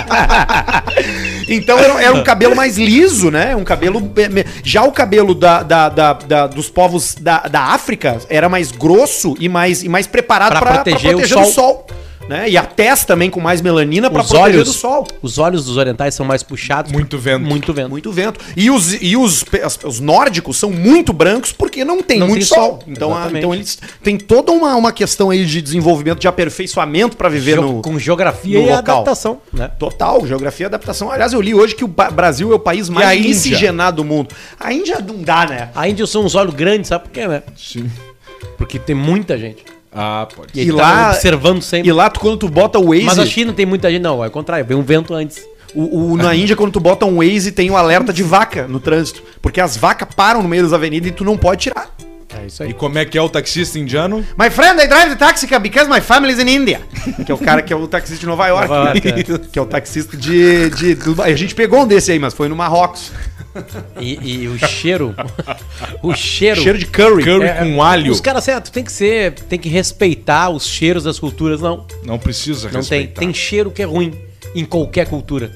Então era, era um cabelo mais liso, né? Um cabelo. be- me- Já o cabelo da, da- da- da- dos povos da, da África era mais grosso e mais, e mais preparado
Pra
pra
proteger
pra
o
do sol. né? E a testa também com mais melanina pra
Os olhos,
do sol.
né? os olhos dos orientais são mais puxados.
Muito vento.
Muito vento.
Muito vento. E os, e os, pe- as- os nórdicos são muito brancos porque não tem
Não
muito
tem
sol.
sol.
Então, a-
Exatamente.
então eles têm toda uma, uma questão aí de desenvolvimento, de aperfeiçoamento pra viver
Geo-
no.
com geografia
no
e
local.
adaptação. Né?
Total, geografia e adaptação. Aliás, eu li hoje que o Ba- Brasil é o país
a
mais
Índia?
miscigenado do mundo. A Índia não dá, né?
A Índia são uns olhos grandes, sabe por quê, né?
Sim.
Porque tem muita gente.
Ah, pode
E,
E
ele tá
lá-
observando
E
sempre.
lá, tu- quando tu bota o Waze,
Mas a China tem muita gente. Não, é o contrário, vem um vento antes.
o, o- na Índia, quando tu bota um Waze, tem um alerta de vaca no trânsito. Porque as vacas param no meio das avenidas e tu não pode tirar.
É isso
E como é que é o taxista indiano?
My friend, I drive the taxi car because my family is in India. Que é o cara que é o taxista de Nova York.
Nova York,
que é o taxista de, de Dubai. A gente pegou um desse aí, mas foi no Marrocos.
E, e o cheiro. o cheiro.
Cheiro de curry.
Curry com alho.
É, Os caras, certo, tem que ser, tem que respeitar os cheiros das culturas. Não,
Não precisa
não tem.
respeitar.
Tem cheiro que é ruim em qualquer cultura.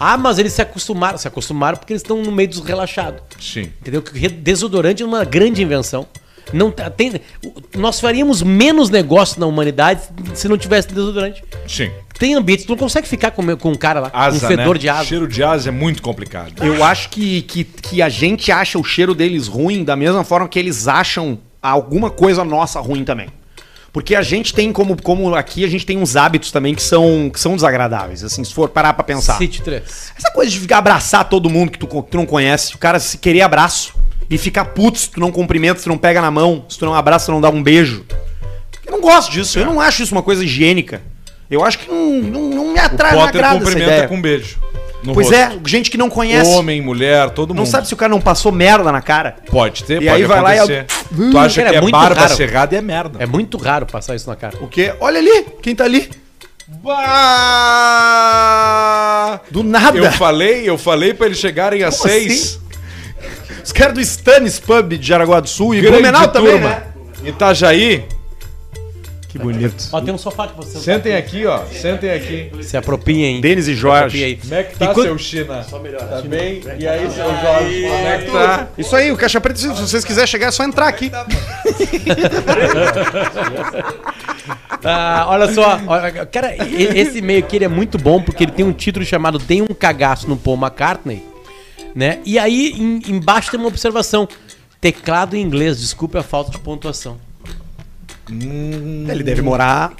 Ah, mas eles se acostumaram, se acostumaram porque eles estão no meio dos relaxados.
Sim.
Entendeu? Que re- Desodorante é uma grande invenção. Não tá- tem, o- nós faríamos menos negócio na humanidade se não tivesse desodorante.
Sim.
Um
Tem ambiente, tu não consegue ficar com, com um cara lá,
Asa,
um fedor
né?
de asa.
Cheiro de asa é muito complicado.
Eu acho que, que, que a gente acha o cheiro deles ruim da mesma forma que eles acham alguma coisa nossa ruim também. Porque a gente tem, como, como aqui, a gente tem uns hábitos também que são, que são desagradáveis, assim, se for parar pra pensar.
City 3.
Essa coisa de ficar abraçar todo mundo que tu, con- tu não conhece, o cara se querer abraço e ficar puto se tu não cumprimenta, se tu não pega na mão, se tu não abraça, se tu não dá um beijo. Eu não gosto disso, eu não acho isso uma coisa higiênica. Eu acho que não, não, não me atrai, não
Potter
agrada
é
essa
cumprimenta
ideia.
com um beijo. No
pois
rosto.
é, gente que não conhece.
Homem, mulher, todo mundo.
Não sabe se o cara não passou merda na cara.
Pode ter,
E
pode
aí vai lá e-
acontecer. Tu acha
Cara,
que
é
é,
muito
barba
raro.
cerrada e é merda.
É muito raro passar isso na cara.
O quê? Olha ali, quem tá ali.
Bah!
Do nada.
Eu falei, eu falei pra eles chegarem às
Como assim?
seis.
Os caras do Stannis Pub de Jaraguá do Sul e
Grande
Blumenau também,
turma.
né?
Itajaí.
Que bonito.
Ó, tem um sofá que você
Sentem aqui, ó. Sentem aqui.
se apropria, hein?
Denis e
Apropria aí.
Jorge.
Como é que tá,
E quando-
seu China? Só melhor. Tá bem? E aí, seu Jorge? Como é que tá?
Isso aí, o Caixa Preta, se vocês quiserem chegar, é só entrar aqui.
Ah, olha só, olha, cara, e- esse meio aqui ele é muito bom porque ele tem um título chamado Tem um cagaço no Paul McCartney, né? E aí em- embaixo tem uma observação: teclado em inglês, desculpe a falta de pontuação.
Ele deve morar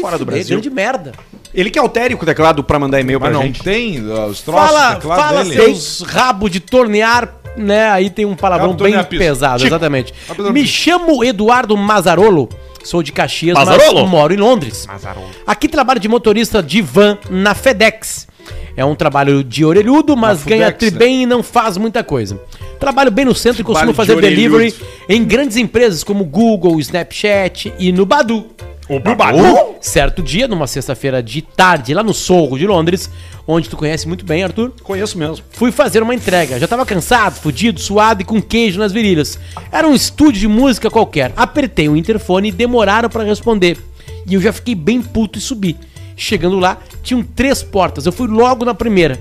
fora do
É
Brasil.
grande merda.
Ele que altere o teclado pra mandar e-mail pra
Ah,
Mas não
gente.
tem ó, os troços
Fala,
do teclado
fala
dele?
seus rabos de tornear, né? Aí tem um palavrão
Rabo de tornear
bem
piso.
pesado,
Tico.
exatamente.
Rabo de
Me chamo Eduardo Mazarolo, sou de Caxias,
Mazzarolo?
mas moro em Londres. Aqui trabalho de motorista de van na FedEx. É um trabalho de orelhudo, mas
Na
ganha
Fudex,
tri
né?
bem e não faz muita coisa. Trabalho bem no centro e
Trabalho
costumo
de
fazer
orelhudo.
delivery em grandes empresas como Google, Snapchat e no Badu.
O Babu?
Certo dia, numa sexta-feira de tarde, lá no Sorro de Londres, onde tu conhece muito bem, Arthur,
Conheço mesmo.
fui fazer uma entrega. Já tava cansado, fudido, suado e com queijo nas virilhas. Era um estúdio de música qualquer. Apertei o interfone e demoraram pra responder. E eu já fiquei bem puto e subi. Chegando lá, tinham três portas. Eu fui logo na primeira.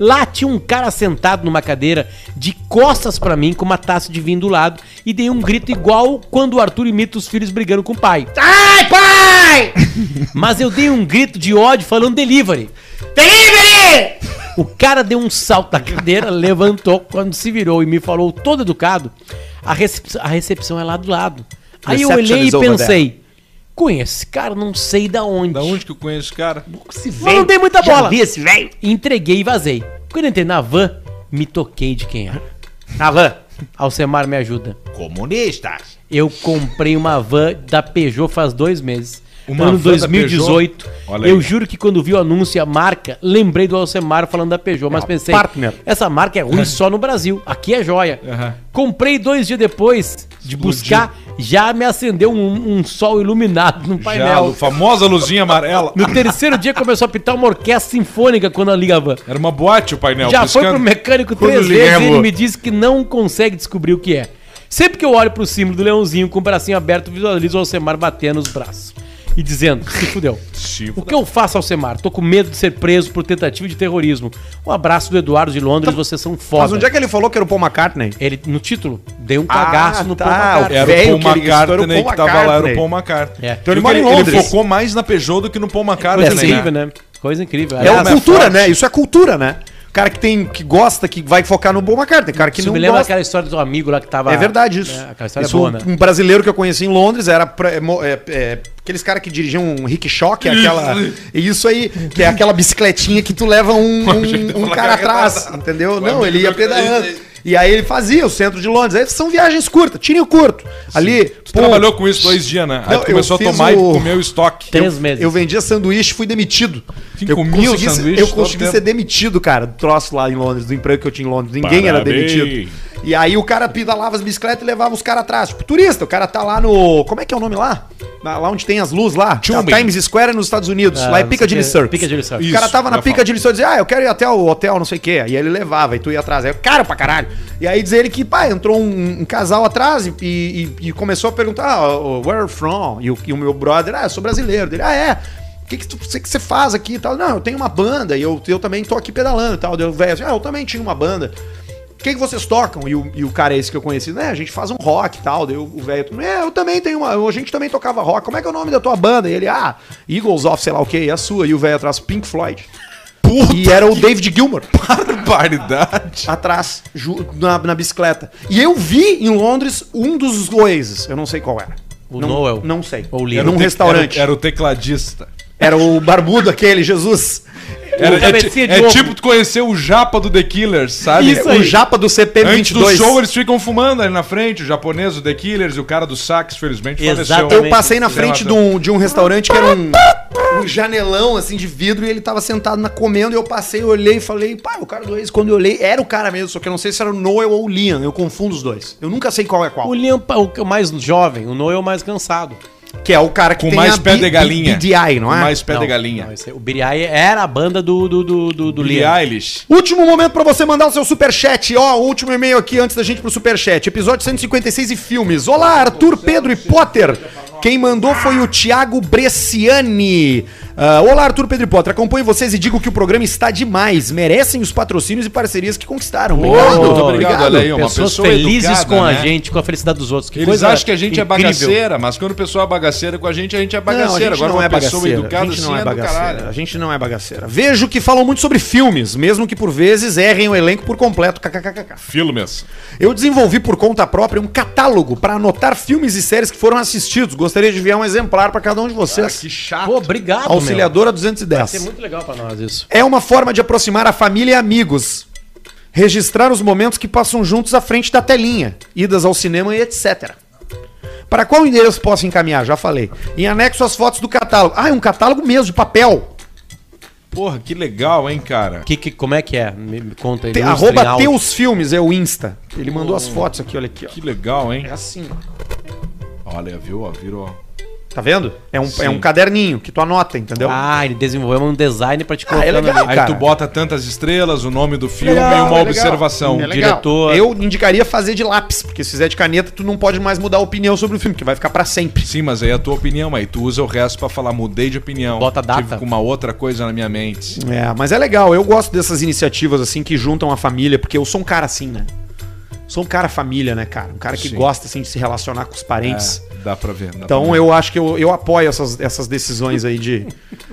Lá tinha um cara sentado numa cadeira, de costas pra mim, com uma taça de vinho do lado, e dei um grito igual quando o Arthur imita os filhos brigando com o pai. Ai, pai! Mas eu dei um grito de ódio falando delivery. O cara deu um salto da cadeira, levantou quando se virou e me falou todo educado. A, recep- a recepção é lá do lado. Aí eu
Reception
olhei e
is over
pensei, conheço esse cara, não sei da onde.
Da onde que eu conheço esse cara?
Mas não dei muita bola.
esse velho.
Entreguei e vazei. Quando eu entrei na van, me toquei de quem era. Na van. Alcemar me ajuda.
Comunistas.
Eu comprei uma van da Peugeot faz dois meses.
Uma
ano
van da
2018.
Olha aí.
Eu juro que quando vi o anúncio e a marca, lembrei do Alcemar falando da Peugeot,
Ah,
mas pensei,
partner.
essa marca é ruim só no Brasil. Aqui é joia.
Aham.
Comprei dois dias depois de buscar, já me acendeu um, um sol iluminado no
Já, a
painel.
lu- famosa luzinha amarela.
No terceiro dia começou a pitar uma orquestra sinfônica quando eu liga a van.
Era uma boate o
É,
painel.
Já foi
piscando.
pro mecânico
Quando
três vezes e
ligamos.
ele me disse que não consegue descobrir o que é. Sempre que eu olho pro símbolo do leãozinho com o bracinho aberto, visualizo o Alcemar batendo os braços e dizendo: se fudeu.
Se
O que eu faço, Alcemar? Tô com medo de ser preso por tentativa de terrorismo. Um abraço do Eduardo de Londres, vocês são foda.
Mas onde é que ele falou que era o Paul McCartney?
Ele, no título, deu um cagaço no
tá.
Paul McCartney.
Era
Velho
o
que
Paul
ele-
McCartney
estourou
que
o Paul
tava lá, era
McCartney.
o Paul McCartney.
É.
Então ele,
Ele mora em
ele
Londres.
focou mais na Peugeot do que no Paul McCartney.
Coisa
né?
incrível, né? Coisa incrível.
É uma
Aliás,
cultura, né? Isso é cultura, né? O cara que tem, que gosta, que vai focar no Paul McCartney. Cara que
Isso
não
me lembra
gosta.
aquela história do amigo lá que tava.
É verdade isso.
É, aquela história
Isso,
é boa, né?
Um brasileiro que eu conheci em Londres era pra- é, mo- é, é, aqueles caras que dirigiam um rickshaw, que é aquela isso aí, que é aquela bicicletinha que tu leva um, um, um cara atrás, entendeu? Não, ele ia pedalando. E aí ele fazia o centro de Londres. Aí são viagens curtas, tirinho curto. Ali,
Tu trabalhou com isso dois dias, né? Aí
Não,
tu começou a
eu fiz
tomar
o-
e comer o estoque.
Três meses.
um Eu vendia sanduíche, fui demitido.
Sim,
eu
comia o
consegui, ser-
sanduíche
eu
todo
consegui
tempo.
ser demitido, cara, do troço lá em Londres, do emprego que eu tinha em Londres. Ninguém era
Parabéns.
demitido. E aí o cara pedalava as bicicletas e levava os caras atrás. Tipo, turista, o cara tá lá no. Como é que é o nome lá? Na- Lá onde tem as luzes lá?
Tubing.
Tá Times Square nos Estados Unidos.
Ah,
lá é
não sei
Piccadilly
que-
Circus.
Piccadilly Circus.
O cara
Isso,
tava na
já
Piccadilly Circus e dizia, ah, eu quero ir até o hotel, não sei o quê. E ele levava, e tu ia atrás. Aí eu, cara pra caralho. E aí diz ele que, pá, entrou um, um casal atrás e, e- e começou a perguntar, ah, oh, where from? E o, e o meu brother, ah, eu sou brasileiro. Dele, ah, é? O que, que, tu- que que você faz aqui e tal? Não, eu tenho uma banda e eu, eu também tô aqui pedalando e tal. Deu velho, assim, ah, eu também tinha uma banda. O que, que vocês tocam? E o, e o cara esse que eu conheci, né? A gente faz um rock e tal. Daí o o velho, é, eu também tenho uma. A gente também tocava rock. Como é que é o nome da tua banda? E ele, ah, Eagles of, sei lá o que, e a sua. E o velho atrás, Pink Floyd. e era o David Gilmour
Barbaridade.
atrás, ju- na, na bicicleta. E eu vi em Londres um dos Oasis. Eu não sei qual era.
O
não,
Noel.
Não sei.
Ou o Lino.
Num
Era o-
Um restaurante.
Era o tecladista.
Era o barbudo aquele, Jesus.
Era- é, ti-
cabecinha de
é
ovo.
tipo tu conhecer o japa do The Killers, sabe?
Isso
O
aí.
O japa do CPM
Antes
22.
do show, eles ficam fumando ali na frente, o japonês, o The Killers e o cara do sax, felizmente,
Eu
Exatamente.
passei na
Sei lá,
frente de
tá.
um, de um restaurante que era um, um janelão assim de vidro e ele tava sentado na comendo. E eu passei, olhei e falei, pá, o cara do ex, quando eu olhei, era o cara mesmo, só que eu não sei se era o Noel ou o Liam. Eu confundo os dois. Eu nunca sei qual é qual.
O Liam, pa- o que é o mais jovem, o Noel é o mais cansado.
Que é o cara que
Com mais
a
pé
B-
de galinha.
B- BDI, não é é?
Mais pé
Não,
de galinha.
não, esse é- o Billie Eilish era a banda do, do, do, do, do
Billie
Liam.
Eilish.
Último momento pra você mandar o seu superchat. Ó, o último e-mail aqui antes da gente pro superchat. Episódio 156 e filmes. Olá, Arthur, Pedro e Potter. Quem mandou foi o Thiago Bresciani. Ah, Olá, Arthur, Pedro e Potter. Acompanho vocês e digo que o programa está demais. Merecem os patrocínios e parcerias que conquistaram. Obrigado,
muito
obrigado, olha aí, uma
Pessoas
pessoa
felizes
educada,
com a
né?
gente, com a felicidade dos outros. Que
Eles
coisa
acham que a gente é
incrível.
bagaceira, mas quando o pessoal é bagaceira com a gente, a gente é
Não,
bagaceira.
a gente não
uma
é
pessoa
bagaceira.
educada
a gente não
assim do
é bagaceira.
caralho.
A gente não é bagaceira. Vejo que falam muito sobre filmes, mesmo que por vezes errem o elenco por completo. KKKKK.
Filmes.
Eu desenvolvi por conta própria um catálogo para anotar filmes e séries que foram assistidos. Gostaria de enviar um exemplar para cada um de vocês.
chato.
Pô, obrigado, Ah, meu.
Auxiliadora
Vai ser
210.
muito legal pra nós isso.
É uma forma de aproximar a família e amigos. Registrar os momentos que passam juntos à frente da telinha, idas ao cinema e etc. Para qual endereço posso encaminhar? Já falei. Em anexo as fotos do catálogo. Ah, é um catálogo mesmo, de papel.
Porra, que legal, hein, cara.
Que, que, como é que é? Oh. Me, me conta aí.
Te,
ilustre em
arroba
áudio.
Teus Filmes é o Insta. Ele mandou as fotos aqui, olha aqui. Ó.
Que legal, hein.
É assim, ó.
Olha, viu, ó, virou...
Tá vendo? É um, é
Sim.
um caderninho que tu anota, entendeu?
Ah, ele desenvolveu um design pra te
Ah,
colocar
é legal,
Aí
cara.
tu bota tantas estrelas, o nome do filme
Legal,
e
é
uma
legal.
observação.
É legal.
diretor.
Eu indicaria fazer de lápis, porque se fizer de caneta, tu não pode mais mudar a opinião sobre o filme, que vai ficar pra sempre.
Sim, mas aí é a tua opinião, aí tu usa o resto pra falar, mudei de opinião.
Bota a data.
Tive com uma outra coisa na minha mente.
É, mas é legal, eu gosto dessas iniciativas assim que juntam a família, porque eu sou um cara assim, né? Sou um cara família, né, cara? Um cara que
Sim.
gosta assim de se relacionar com os parentes.
É, dá pra ver. dá pra
Então
ver.
eu acho que eu, eu apoio essas, essas decisões aí de.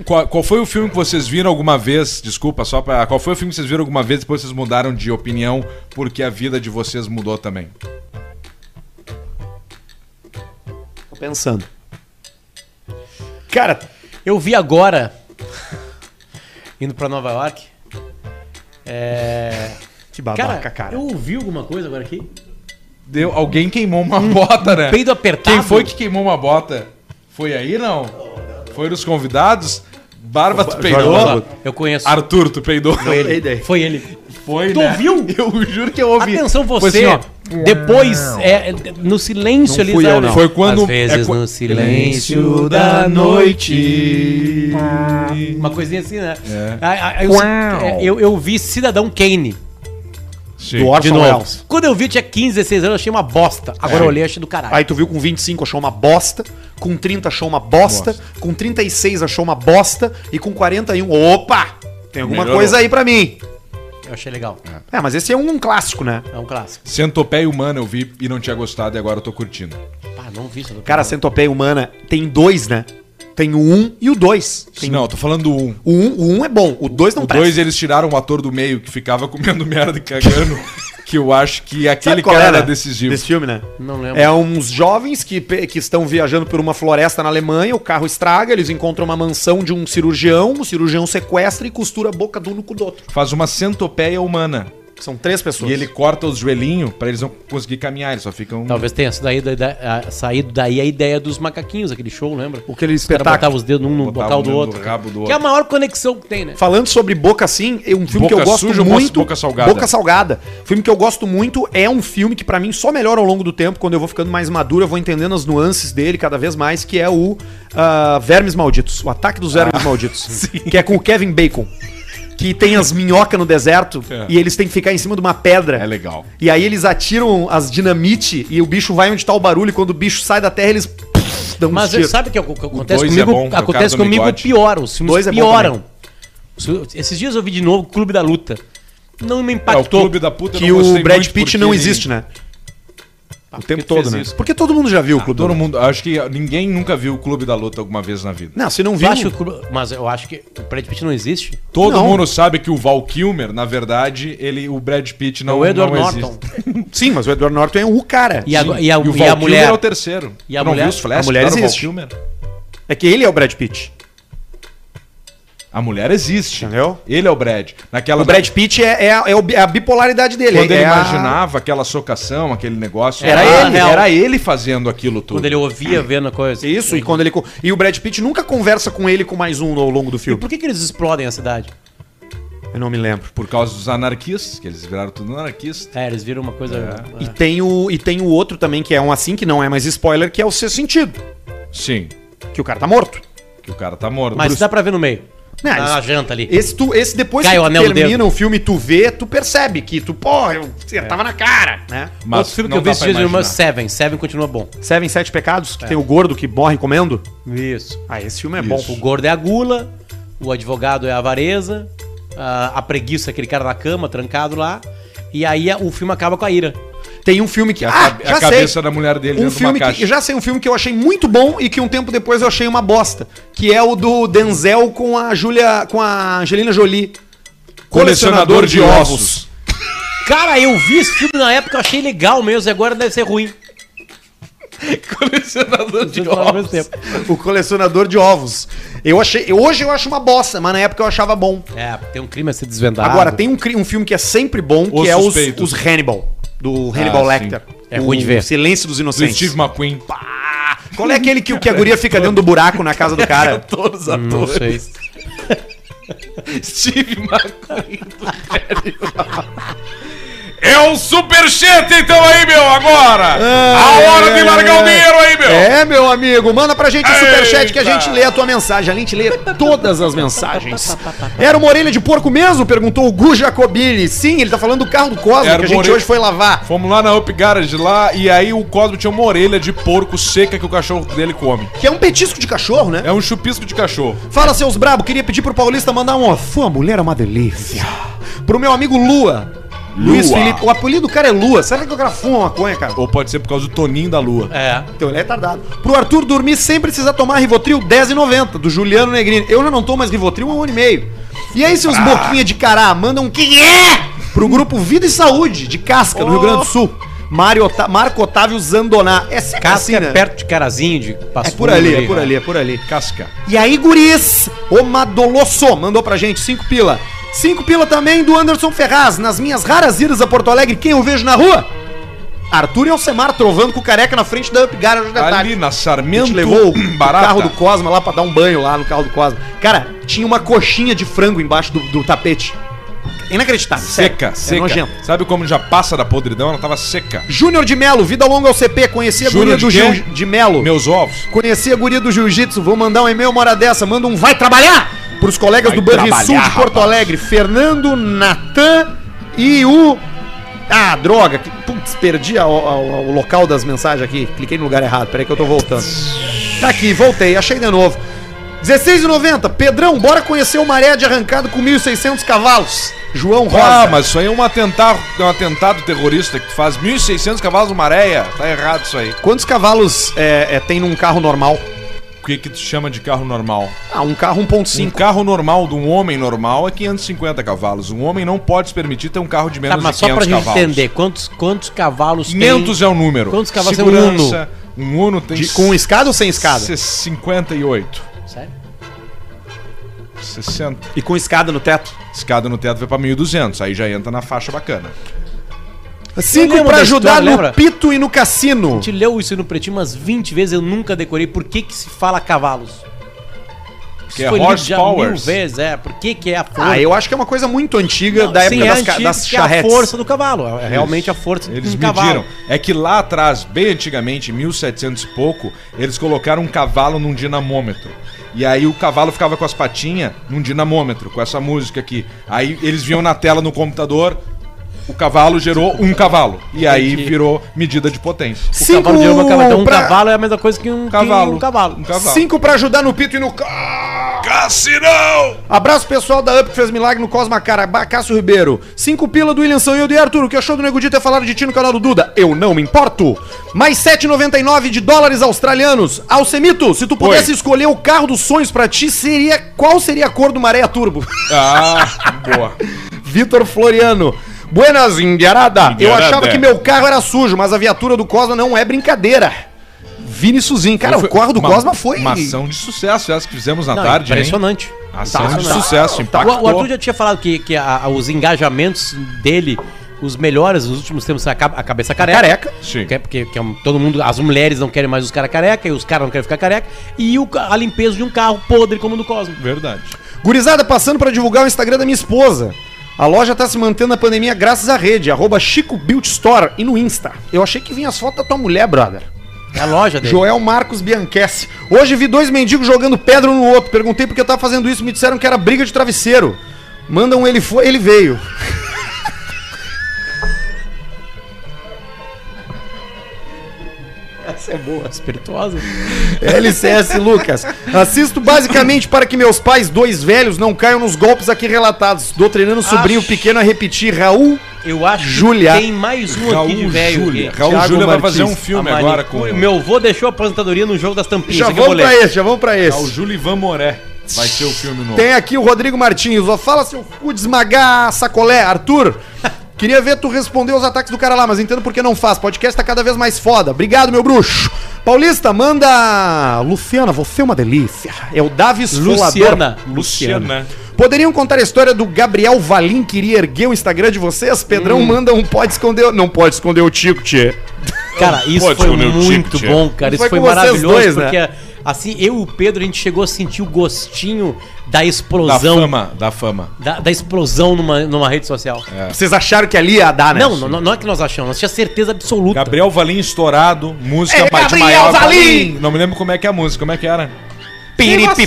Qual, qual foi o filme que vocês viram alguma vez? Desculpa, só pra. Qual foi o filme que vocês viram alguma vez e depois vocês mudaram de opinião porque a vida de vocês mudou também?
Tô pensando. Cara,
Eu vi agora, indo pra Nova York. É.
que babaca, cara.
Eu ouvi alguma coisa agora aqui?
Deu, alguém queimou uma bota, né?
Peido apertado.
Quem foi que queimou uma bota? Foi aí, não? Foi dos convidados? Barba, tu
Não,
peidou?
não, Eu conheço.
Arthur, tu peidou?
Foi ele.
Foi,
Tu
né?
ouviu?
Eu juro que eu ouvi.
Atenção
Foi
você,
assim, ó.
depois, é, é, no silêncio
Não
ali,
fui eu, não.
Foi quando-
Às vezes
é quan-
no silêncio da noite. Uma coisinha assim, né? Aí- aí eu, é, eu- eu vi Cidadão Kane.
Sim.
Do Orson
De novo.
Welles.
Quando eu vi, eu tinha 15, 16 anos, eu achei uma bosta.
É.
Agora eu olhei, eu achei do caralho.
Aí tu viu com 25 achou uma bosta, com 30 achou uma bosta, com 36 achou uma bosta e com 41, opa, tem alguma
Melhorou.
coisa aí pra mim.
Eu achei legal.
É, mas esse é um, clássico, né?
É um clássico.
Centopeia Humana eu vi e não tinha gostado e agora eu tô curtindo.
Pá, não vi isso. do
Cara, a centopeia humana tem dois, né? Tem o 1 um e o 2.
Não, eu tô falando do um.
O 1 um, o um é bom, o 2 não
O dois eles tiraram o ator do meio que ficava comendo merda e cagando. que eu acho que
Sabe
aquele
qual
cara era
era
decisivo.
Desse filme, né?
Não lembro.
É uns jovens que, pe- que estão viajando por uma floresta na Alemanha, o carro estraga, eles encontram uma mansão de um cirurgião, o cirurgião sequestra e costura a boca do um com do outro.
Faz uma centopeia humana.
São três pessoas.
E ele corta os joelhinhos pra eles não conseguir caminhar, eles só ficam. um.
Talvez tenha sido daí, da- da- a- saído daí a ideia dos macaquinhos, aquele show, lembra?
O que ele
Os caras
espetáculo.
botavam os dedos num no
Botava
bocal
um
do
dedo no
outro.
rabo do
Que é a
outro.
maior conexão que tem, né?
Falando sobre Boca Assim, é um filme que eu
Boca
gosto
Suja ou
muito.
Boca Salgada?
Boca Salgada. Filme que eu gosto muito é um filme que pra mim só melhora ao longo do tempo, quando eu vou ficando mais maduro, eu vou entendendo as nuances dele cada vez mais, que é o ah, Vermes Malditos, o Ataque dos
Ah,
Vermes Malditos, que é com o Kevin Bacon. Que tem as minhocas no deserto
É.
e eles têm que ficar em cima de uma pedra.
É legal.
E aí eles atiram as dinamite e o bicho vai onde tá o barulho. E quando o bicho sai da terra, eles dão um
Mas
tiro.
sabe o que ac- acontece
dois é
comigo?
bom, que é o cara
acontece
do
comigo
bigode.
pioram. Os filmes
Dois é bom
pioram. Os- Esses dias eu vi de novo Clube da Luta. Não me
É, o
impactou.
clube da puta eu
Que
não
o
gostei
Brad
muito
Pitt
porque
não
ele- Ah,
existe, né? O tempo
que tu fez
todo, né?
isso?
Porque todo mundo já viu o Clube do
Todo mundo. Acho que ninguém nunca viu o Clube da Luta alguma vez na vida.
Não, se não
Eu
viu.
acho o Clube- mas eu acho que o Brad Pitt não existe.
um. Todo
Não.
mundo sabe que o Val Kilmer, na verdade, ele, o Brad Pitt não,
É o Edward
não
Norton.
Sim, mas o Edward Norton é o cara.
E a, e
E
a,
o
e a
Val Kilmer
mulher.
é o terceiro.
E a
Tu não
mulher?
viu os flashes
A mulher
que tá no Val
existe.
Kilmer?
É que ele é o Brad Pitt.
A mulher existe.
Entendeu?
Ele é o Brad. Naquela
O Brad Pitt é, é, a- é o- é a bipolaridade dele.
Quando
é,
ele
é a-
imaginava aquela socação, aquele negócio.
Era ele, real.
Era ele fazendo aquilo tudo.
Quando ele ouvia vendo a
É
coisa.
Isso, e quando ele. co- E o Brad Pitt nunca conversa com ele com mais um ao longo do
E
filme.
por que, que eles explodem a cidade?
Eu não me lembro.
Por causa dos anarquistas, que eles viraram tudo anarquista.
É, eles viram uma coisa.
Ah. É.
é.
E tem, o, e tem o outro também, que é um assim, que não é mais spoiler, que é o Sexto Sentido.
Sim,
Que o cara tá morto.
que o cara tá morto.
Mas
Bruce-
dá pra ver no meio.
Não,
Na
isso-
janta ali.
Esse, tu, esse depois
Cai
que
o
tu
anel no
termina
dedo.
o filme e tu vê, tu percebe que tu, porra, eu acertava na cara, né?
É. mas
Outro filme que
não
eu vi
dá
esses
pra
dias de irmão,
imaginar.
Seven. Seven continua bom.
Seven Sete Pecados,
É.
que tem o gordo que morre comendo.
Isso.
Ah, esse filme é bom.
O gordo é a gula, o advogado é a avareza, a, a preguiça, é aquele cara na cama, trancado lá. E aí a- o filme acaba com a ira.
Tem um filme que...
A,
ah,
cabe- a
já sei.
cabeça da mulher dele
Um
dentro de uma
filme
caixa.
que, eu já sei um filme que eu achei muito bom e que um tempo depois eu achei uma bosta, que é o do Denzel com a Julia, com a Angelina Jolie.
Colecionador de ossos.
Cara, eu vi esse filme na época, eu achei legal mesmo, e agora deve ser ruim.
Colecionador de
Vocês falaram ao mesmo
ossos.
tempo.
O colecionador de ovos. Eu achei, eu- hoje eu acho uma bosta, mas na época eu achava bom.
É, tem um crime a ser desvendado.
Agora tem um, cri- um filme que é sempre bom, que
Os
é os,
Suspeitos.
os Hannibal, do Hannibal
Ah, sim.
Lecter.
É
O
ruim de ver.
Silêncio dos
Do
Inocentes.
Steve McQueen.
Pá! Qual é aquele que, o que a guria fica dentro do buraco na casa do cara?
Todos os
Não
atores.
sei.
Steve McQueen do É um superchat então aí, meu, agora! a hora de largar o dinheiro aí, meu!
Ah,
tá.
É, meu amigo, manda pra gente o superchat que a
Eita.
gente lê a tua mensagem. A gente lê todas as mensagens. Era uma orelha de porco mesmo? Perguntou o Gu Jacobini. Sim, ele tá falando do carro do Cosmo
Era
que
uma
a gente
orelha-
hoje foi lavar.
Fomos lá na Up Garage lá e aí o Cosmo tinha uma orelha de porco seca que o cachorro dele come.
Que é um petisco de cachorro, né?
É um chupisco de cachorro.
Fala, seus brabo, queria pedir pro Paulista mandar um. ó, Fua, mulher é uma delícia. Pro meu amigo Lua. Luiz Felipe. O apelido do cara é Lua. Será que o cara fuma maconha, cara?
Ou pode ser por causa do Toninho da Lua.
É.
Então ele é retardado. Pro Arthur dormir sem precisar tomar Rivotril 10,90 do Juliano Negrini. Eu já não tomo mais Rivotril há um ano e meio. E aí,
Ah.
seus boquinha de cará, mandam um quem é? Pro grupo Vida e Saúde de Casca, no Rio
Oh.
Grande do Sul. Mário Ota- Marco Otávio Zandoná. É sempre
Casca
assim, né?
é perto de Carazinho, de
É
Passo
por ali,
Fundo
é por ali, é por ali.
Casca.
E aí, guris, o Madolosso mandou pra gente cinco pila. Cinco pila também do Anderson Ferraz. Nas minhas raras idas a Porto Alegre, quem eu vejo na rua? Arthur e Alcemar trovando com o careca na frente da Up Garage de
Ali
tarde.
na
tá. A
Sarmento
gente levou o
Barata.
carro do Cosma lá pra dar um banho lá no carro do Cosma. Cara, tinha uma coxinha de frango embaixo do, do tapete. Inacreditável. sério.
Seca,
É
seca.
nojento.
Sabe como já passa da podridão? Ela tava seca.
Júnior de Melo, vida longa é ao CP, conhecia a guria
Júnior
do
de
Gil
quê?
de Melo.
Meus ovos.
Conheci a guria do jiu-jitsu, vou mandar um e-mail uma hora dessa, manda um vai trabalhar pros colegas do Banrisul de Porto Alegre, Fernando, Natan e o... Ah, droga, que- putz, perdi a- a- a- o local das mensagens aqui, cliquei no lugar errado, peraí que eu tô voltando. Tá aqui, voltei, achei de novo. 16,90, Pedrão, bora conhecer o Maré de Arrancado com 1.600 cavalos, João Rosa.
Ah, mas isso aí é um atentado, um atentado terrorista que faz 1.600 cavalos uma areia. Tá errado isso aí.
Quantos cavalos é, é, tem num carro normal?
O que que tu chama de carro normal?
Ah, um carro 1.5.
Um carro normal de um homem normal é 550 cavalos. Um homem não pode se permitir ter um carro de
Tá,
menos
mas
de
só
500
pra gente
cavalos.
entender, quantos, quantos cavalos
500 é o número.
Quantos cavalos é um
Segurança, um Uno? Um Uno tem
De- com escada ou sem escada?
58.
tem? Sério?
60.
E com escada no teto?
Escada no teto vai pra 1.200, aí já entra na faixa bacana.
Eu
Cinco
lembro
pra
da
ajudar
história,
no
lembra?
pito e no cassino.
A gente leu isso no Pretinho umas 20 vezes, eu nunca decorei por que que se fala cavalos.
Que é
Isso foi lido já
horsepower.
mil vezes, é. Por que que é a força?
Ah, eu acho que é uma coisa muito antiga
Não,
da
sim,
época
é
das, ca-
antigo,
das
que é a
charretes.
força do cavalo. É realmente a força de
Eles
um
mediram.
cavalo.
É que lá atrás, bem antigamente, em 1700 e pouco, eles colocaram um cavalo num dinamômetro. E aí o cavalo ficava com as patinhas num dinamômetro, com essa música aqui. Aí eles viam na tela no computador, o cavalo gerou um cavalo. E aí virou medida de potência. Um
O
Cinco
cavalo de uma cavalo. Então, um
pra-
cavalo é a mesma coisa que um que
Cavalo.
um cavalo.
Um cavalo.
Cinco pra ajudar no pito e no... ca-
Cassinão!
Abraço pessoal da UP que fez milagre no Cosma Carabá, Cássio Ribeiro. Cinco pila do William Sanhudo e Arthur. O que achou do Nego Di ter falado de ti no canal do Duda? Eu não me importo. Mais 7,99 de dólares australianos. Alcemito, se tu pudesse
Oi.
escolher o carro dos sonhos pra ti, seria qual seria a cor do Maréia Turbo?
Ah, boa.
Vitor Floriano. Buenas, Indiarada. Eu
Indiarada.
achava que meu carro era sujo, mas a viatura do Cosma não é brincadeira. Vini Suzin. Cara, o Corre do
uma-
Cosma foi.
Uma ação de sucesso, essa que fizemos na
Não,
tarde, hein?
impressionante.
Ação de
Impressionante.
sucesso,
Tá,
impactou.
o, o Arthur já tinha falado que, que a- a- os engajamentos dele, os melhores nos últimos tempos, são a, ca- a cabeça careca.
Careca.
Sim.
Que é porque que é um- todo mundo, as mulheres não querem mais os caras careca e os caras não querem ficar careca. E o ca- a limpeza de um carro podre como o do Cosmo.
Verdade.
Gurizada, passando pra divulgar o Instagram da minha esposa. A loja tá se mantendo na pandemia graças à rede, arroba Chico Beauty Store e no Insta. Eu achei que vinha as fotos da tua mulher, brother.
É a loja dele.
Joel Marcos Bianchessi. Hoje vi dois mendigos jogando pedra um no outro. Perguntei por que eu tava fazendo isso, me disseram que era briga de travesseiro. Mandam ele foi, ele veio.
Essa é boa. Espirituosa.
LCS Lucas. Assisto basicamente para que meus pais, dois velhos, não caiam nos golpes aqui relatados. Tô treinando o sobrinho
Acho-
pequeno a repetir. Raul
Eu acho
Julia.
que tem mais um aqui de velho.
Júlia.
aqui.
Raul
Thiago
Júlia vai
Martins.
fazer um filme
A
agora com
manicure- Meu avô deixou a aposentadoria no jogo das tampinhas.
Já
aqui é eu vou
vamos pra
ler.
esse, já vamos pra
Raul
esse.
Júlia e Van Moré. Vai ser o filme novo.
Tem aqui o Rodrigo Martins, ó. Fala seu cu de esmagar sacolé, Arthur. Queria ver tu responder os ataques do cara lá, mas entendo por que não faz. Podcast tá cada vez mais foda. Obrigado, meu bruxo. Paulista, manda. Luciana, você é uma delícia. É o Davi Esfolador.
Luciana.
Luciana.
Poderiam contar a história do Gabriel Valim que iria erguer o Instagram de vocês? Pedrão manda um pode esconder. Não pode esconder o Tico, tchê.
Cara, isso
Pode
foi
esconder o
muito
Tico, tia.
bom, cara. Isso
Foi
foi,
com vocês
maravilhoso,
dois, né?
porque assim, eu e o Pedro, a gente chegou a sentir o gostinho da
Da
explosão.
fama, da fama.
Da, da explosão numa, numa rede social.
É,
Vocês acharam que ali ia dar, né?
Não, não, não é que nós achamos, nós tínhamos certeza absoluta.
Gabriel Valim estourado, música
É
de
Gabriel Valim!
Não me lembro como é que é a música, como é que era?
Piripi,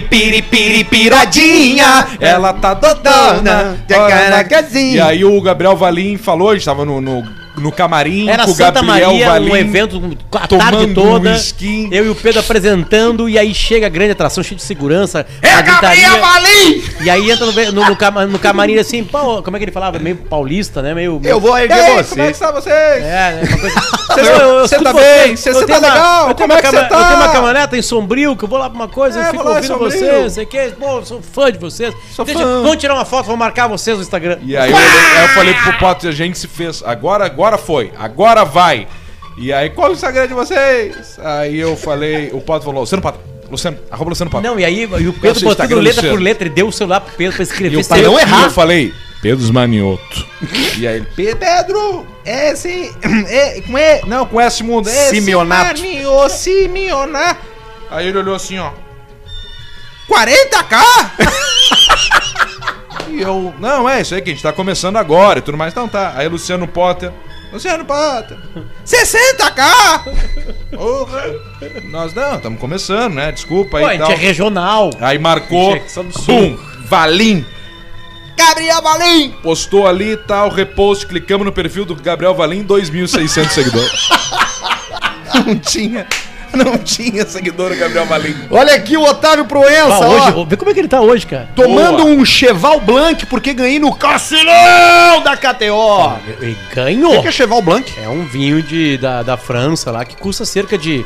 piripi, piripi, piradinha.
Ela tá
dodona, de caracazinho.
E aí o Gabriel Valim falou, a gente tava no, no, no camarim
Era
com o
Santa
Gabriel
Maria,
Valim.
um evento com a
tomando
tarde toda.
um whisky.
Eu e o Pedro apresentando, e aí chega a grande atração, cheio de segurança. a
É
gritaria,
Gabriel Valim!
E aí entra no, no, no, cama- no camarim assim, pô, como é que ele falava? Meio paulista, né? Meio.
Eu vou erguer
Ei,
você.
como é que está vocês?
É, é uma coisa.
Cê-
Eu- eu
cê
escuto
tá bem?
vocês,
Cê-
eu
cê
tenho
tá
uma-
legal?
eu tenho
Como
uma
é que cê
cama-
tá?
Eu tenho uma caminhoneta em Sombrio, que eu vou lá pra uma coisa,
É,
eu fico
vou lá em
ouvindo
Sombrio.
vocês, não sei o que. é Pô, eu sou fã de vocês.
Sou
Deixa-
fã.
Vamos tirar uma foto, vou marcar vocês no Instagram.
E aí eu, olhei- aí eu falei pro Potter, a gente se fez. Agora, agora foi, agora vai. E aí, qual o Instagram de vocês? Aí eu falei, o Potter falou, Luciano Potter, Luciano, arroba Luciano Potter.
Não, e aí e o
sei o
Pedro botando
Instagram do
letra por
Luciano.
letra e deu o celular pro Pedro pra escrever.
E é eu,
sem-
falei, e eu falei, Pedro Manioto. e aí ele, "Pe- Pedro, esse, é, com E, não, com S mundo, esse
Simeonato.
Manio, Simeonato. Aí ele olhou assim, ó, 40k? e eu, não, é isso aí que a gente tá começando agora e tudo mais, então tá. Aí Luciano Potter, Luciano Potter, 60k? Porra. Nós, não, estamos começando, né, desculpa aí
Pô, a
e
gente
tal.
é regional.
Aí marcou,
Gente, são do
bum,
sul.
Valim.
Gabriel Valim!
Postou ali e tal, repost, clicamos no perfil do Gabriel Valim, 2.600 seguidores. não tinha, não tinha seguidor o Gabriel Valim.
Olha aqui o Otávio
Ah,
Proença, ó.
hoje, vê como é que ele tá hoje, cara.
Tomando
Boa.
um Cheval Blanc porque ganhei no Cassinão da KTO.
Ele ganhou.
Cheval Blanc?
É um vinho de, da, da França lá que custa cerca de,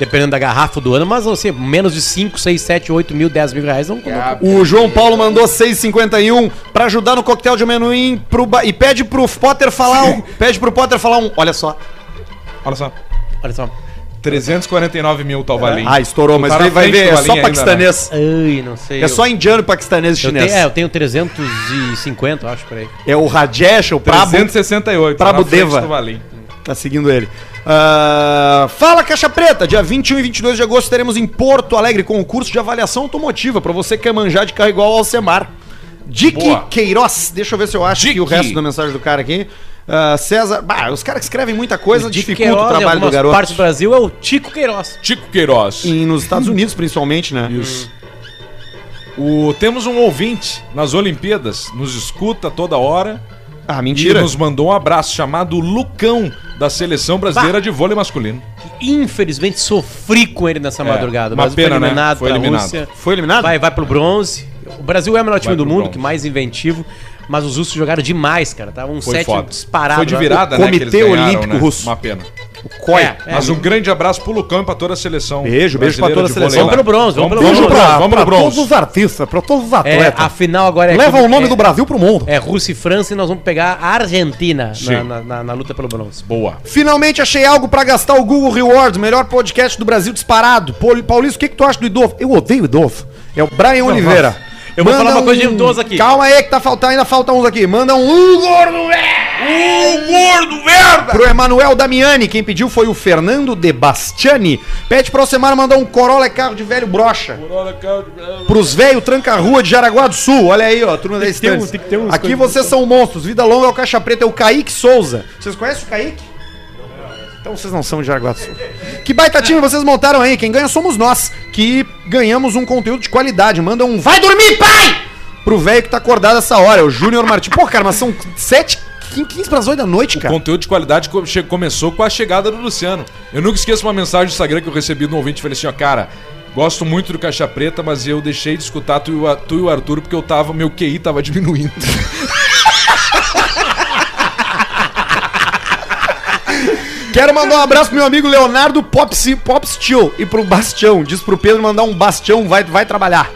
dependendo da garrafa do ano, mas assim, menos de 5, 6, 7, 8 mil, 10 mil reais. Não, não,
O João Paulo mandou 6,51 pra ajudar no coquetel de amendoim pro ba- e pede pro Potter falar um. Pede pro Potter falar um. Olha só.
Olha só,
olha só.
349 mil tá o Valim.
Ah, estourou, mas
Tá na
vai, vai
frente
ver.
do
É
Valim
só
ainda,
paquistanês.
Ai, não sei.
É só indiano, paquistanês e
eu tenho,
chinês.
é, eu tenho 350, eu acho, por aí.
É o Rajesh, o Prabo.
368. tá
Prabo
na frente
Deva.
do Valim.
Tá seguindo ele. Ah, fala Caixa Preta, dia 21 e 22 de agosto teremos em Porto Alegre concurso de avaliação automotiva pra você que é manjar de carro igual ao Alcemar. Dick
Boa.
Queiroz, deixa eu ver se eu acho
Dick.
aqui o resto da mensagem do cara aqui. Ah, César, bah, os caras que escrevem muita coisa
Tico
dificulta
Queiroz,
o
em
trabalho do
algumas
garoto.
partes do Brasil é o Tico Queiroz.
Tico Queiroz.
E nos Estados Unidos principalmente, né?
Hum. Isso. O, temos um ouvinte nas Olimpíadas, nos escuta toda hora
Ah,
e
mentira.
nos mandou um abraço chamado Lucão, da seleção brasileira de vôlei masculino.
Que infelizmente sofri com ele nessa
É,
madrugada. O
uma
Brasil foi
pena, né?
eliminado
Foi
pela
eliminado.
Rússia.
Foi eliminado?
Vai, vai pro bronze. O Brasil é o melhor time do
pro
mundo,
bronze.
que mais inventivo. Mas os russos jogaram demais, cara. Tava um
Foi
set
foda.
disparado.
Foi de
lá.
virada,
né?
né,
O Comitê
que eles ganharam,
Olímpico Russo.
Uma pena.
O O COI.
É, é.
Mas um grande abraço pro Lucão e pra toda a seleção.
Beijo, beijo pra
brasileira
toda a
de
seleção.
vôlei
Vamos
lá.
pro bronze, vamos pro
Beijo
bronze.
pra,
vamos
pra
pro bronze.
todos os artistas, pra todos os
É,
atletas.
a final agora é.
Leva o nome
é-
do Brasil pro mundo.
É Rússia e França e nós vamos pegar a Argentina na,
Sim.
na- na- na luta pelo bronze.
Boa.
Finalmente achei algo pra gastar o Google Rewards, melhor podcast do Brasil disparado. Poli- Paulista, o que, que tu acha do Idolfo? Eu odeio o Idolfo. É o Brian Oliveira.
Eu vou
Manda um-
falar uma coisa de idoso aqui.
Calma aí que tá faltando, ainda falta uns aqui. Manda um "Uh, gordo
O gordo, merda!
pro Emanuel Damiani. Quem pediu foi o Fernando De Bastiani. Pede pro Alcemar mandar um Corolla é carro de velho brocha. Pros velho tranca-rua de Jaraguá do Sul. Olha aí, ó, turma da
que ter um-
estante.
tem que ter uns
Aqui
coisas-
vocês são monstros. Vida longa é o Caixa Preta, é o Kaique Souza. Vocês conhecem o Kaique? Então vocês não são de Jaraguá do Sul. Que baita time vocês montaram aí. Quem ganha somos nós, que ganhamos um conteúdo de qualidade. Manda um vai dormir, pai! Pro velho que tá acordado essa hora, é o Júnior Martins. Pô, cara, mas são 7, 15 pras 8 da noite, cara.
Conteúdo de qualidade co- che- começou com a chegada do Luciano. Eu nunca esqueço uma mensagem do Instagram que eu recebi de um ouvinte e falei assim, ó, cara, gosto muito do Caixa Preta, mas eu deixei de escutar tu e o, A- tu e o Arthur porque eu tava, meu QI tava diminuindo.
Quero mandar um abraço pro meu amigo Leonardo Popsi, Popstil e pro Bastião. Diz pro Pedro mandar um Bastião, vai, vai trabalhar.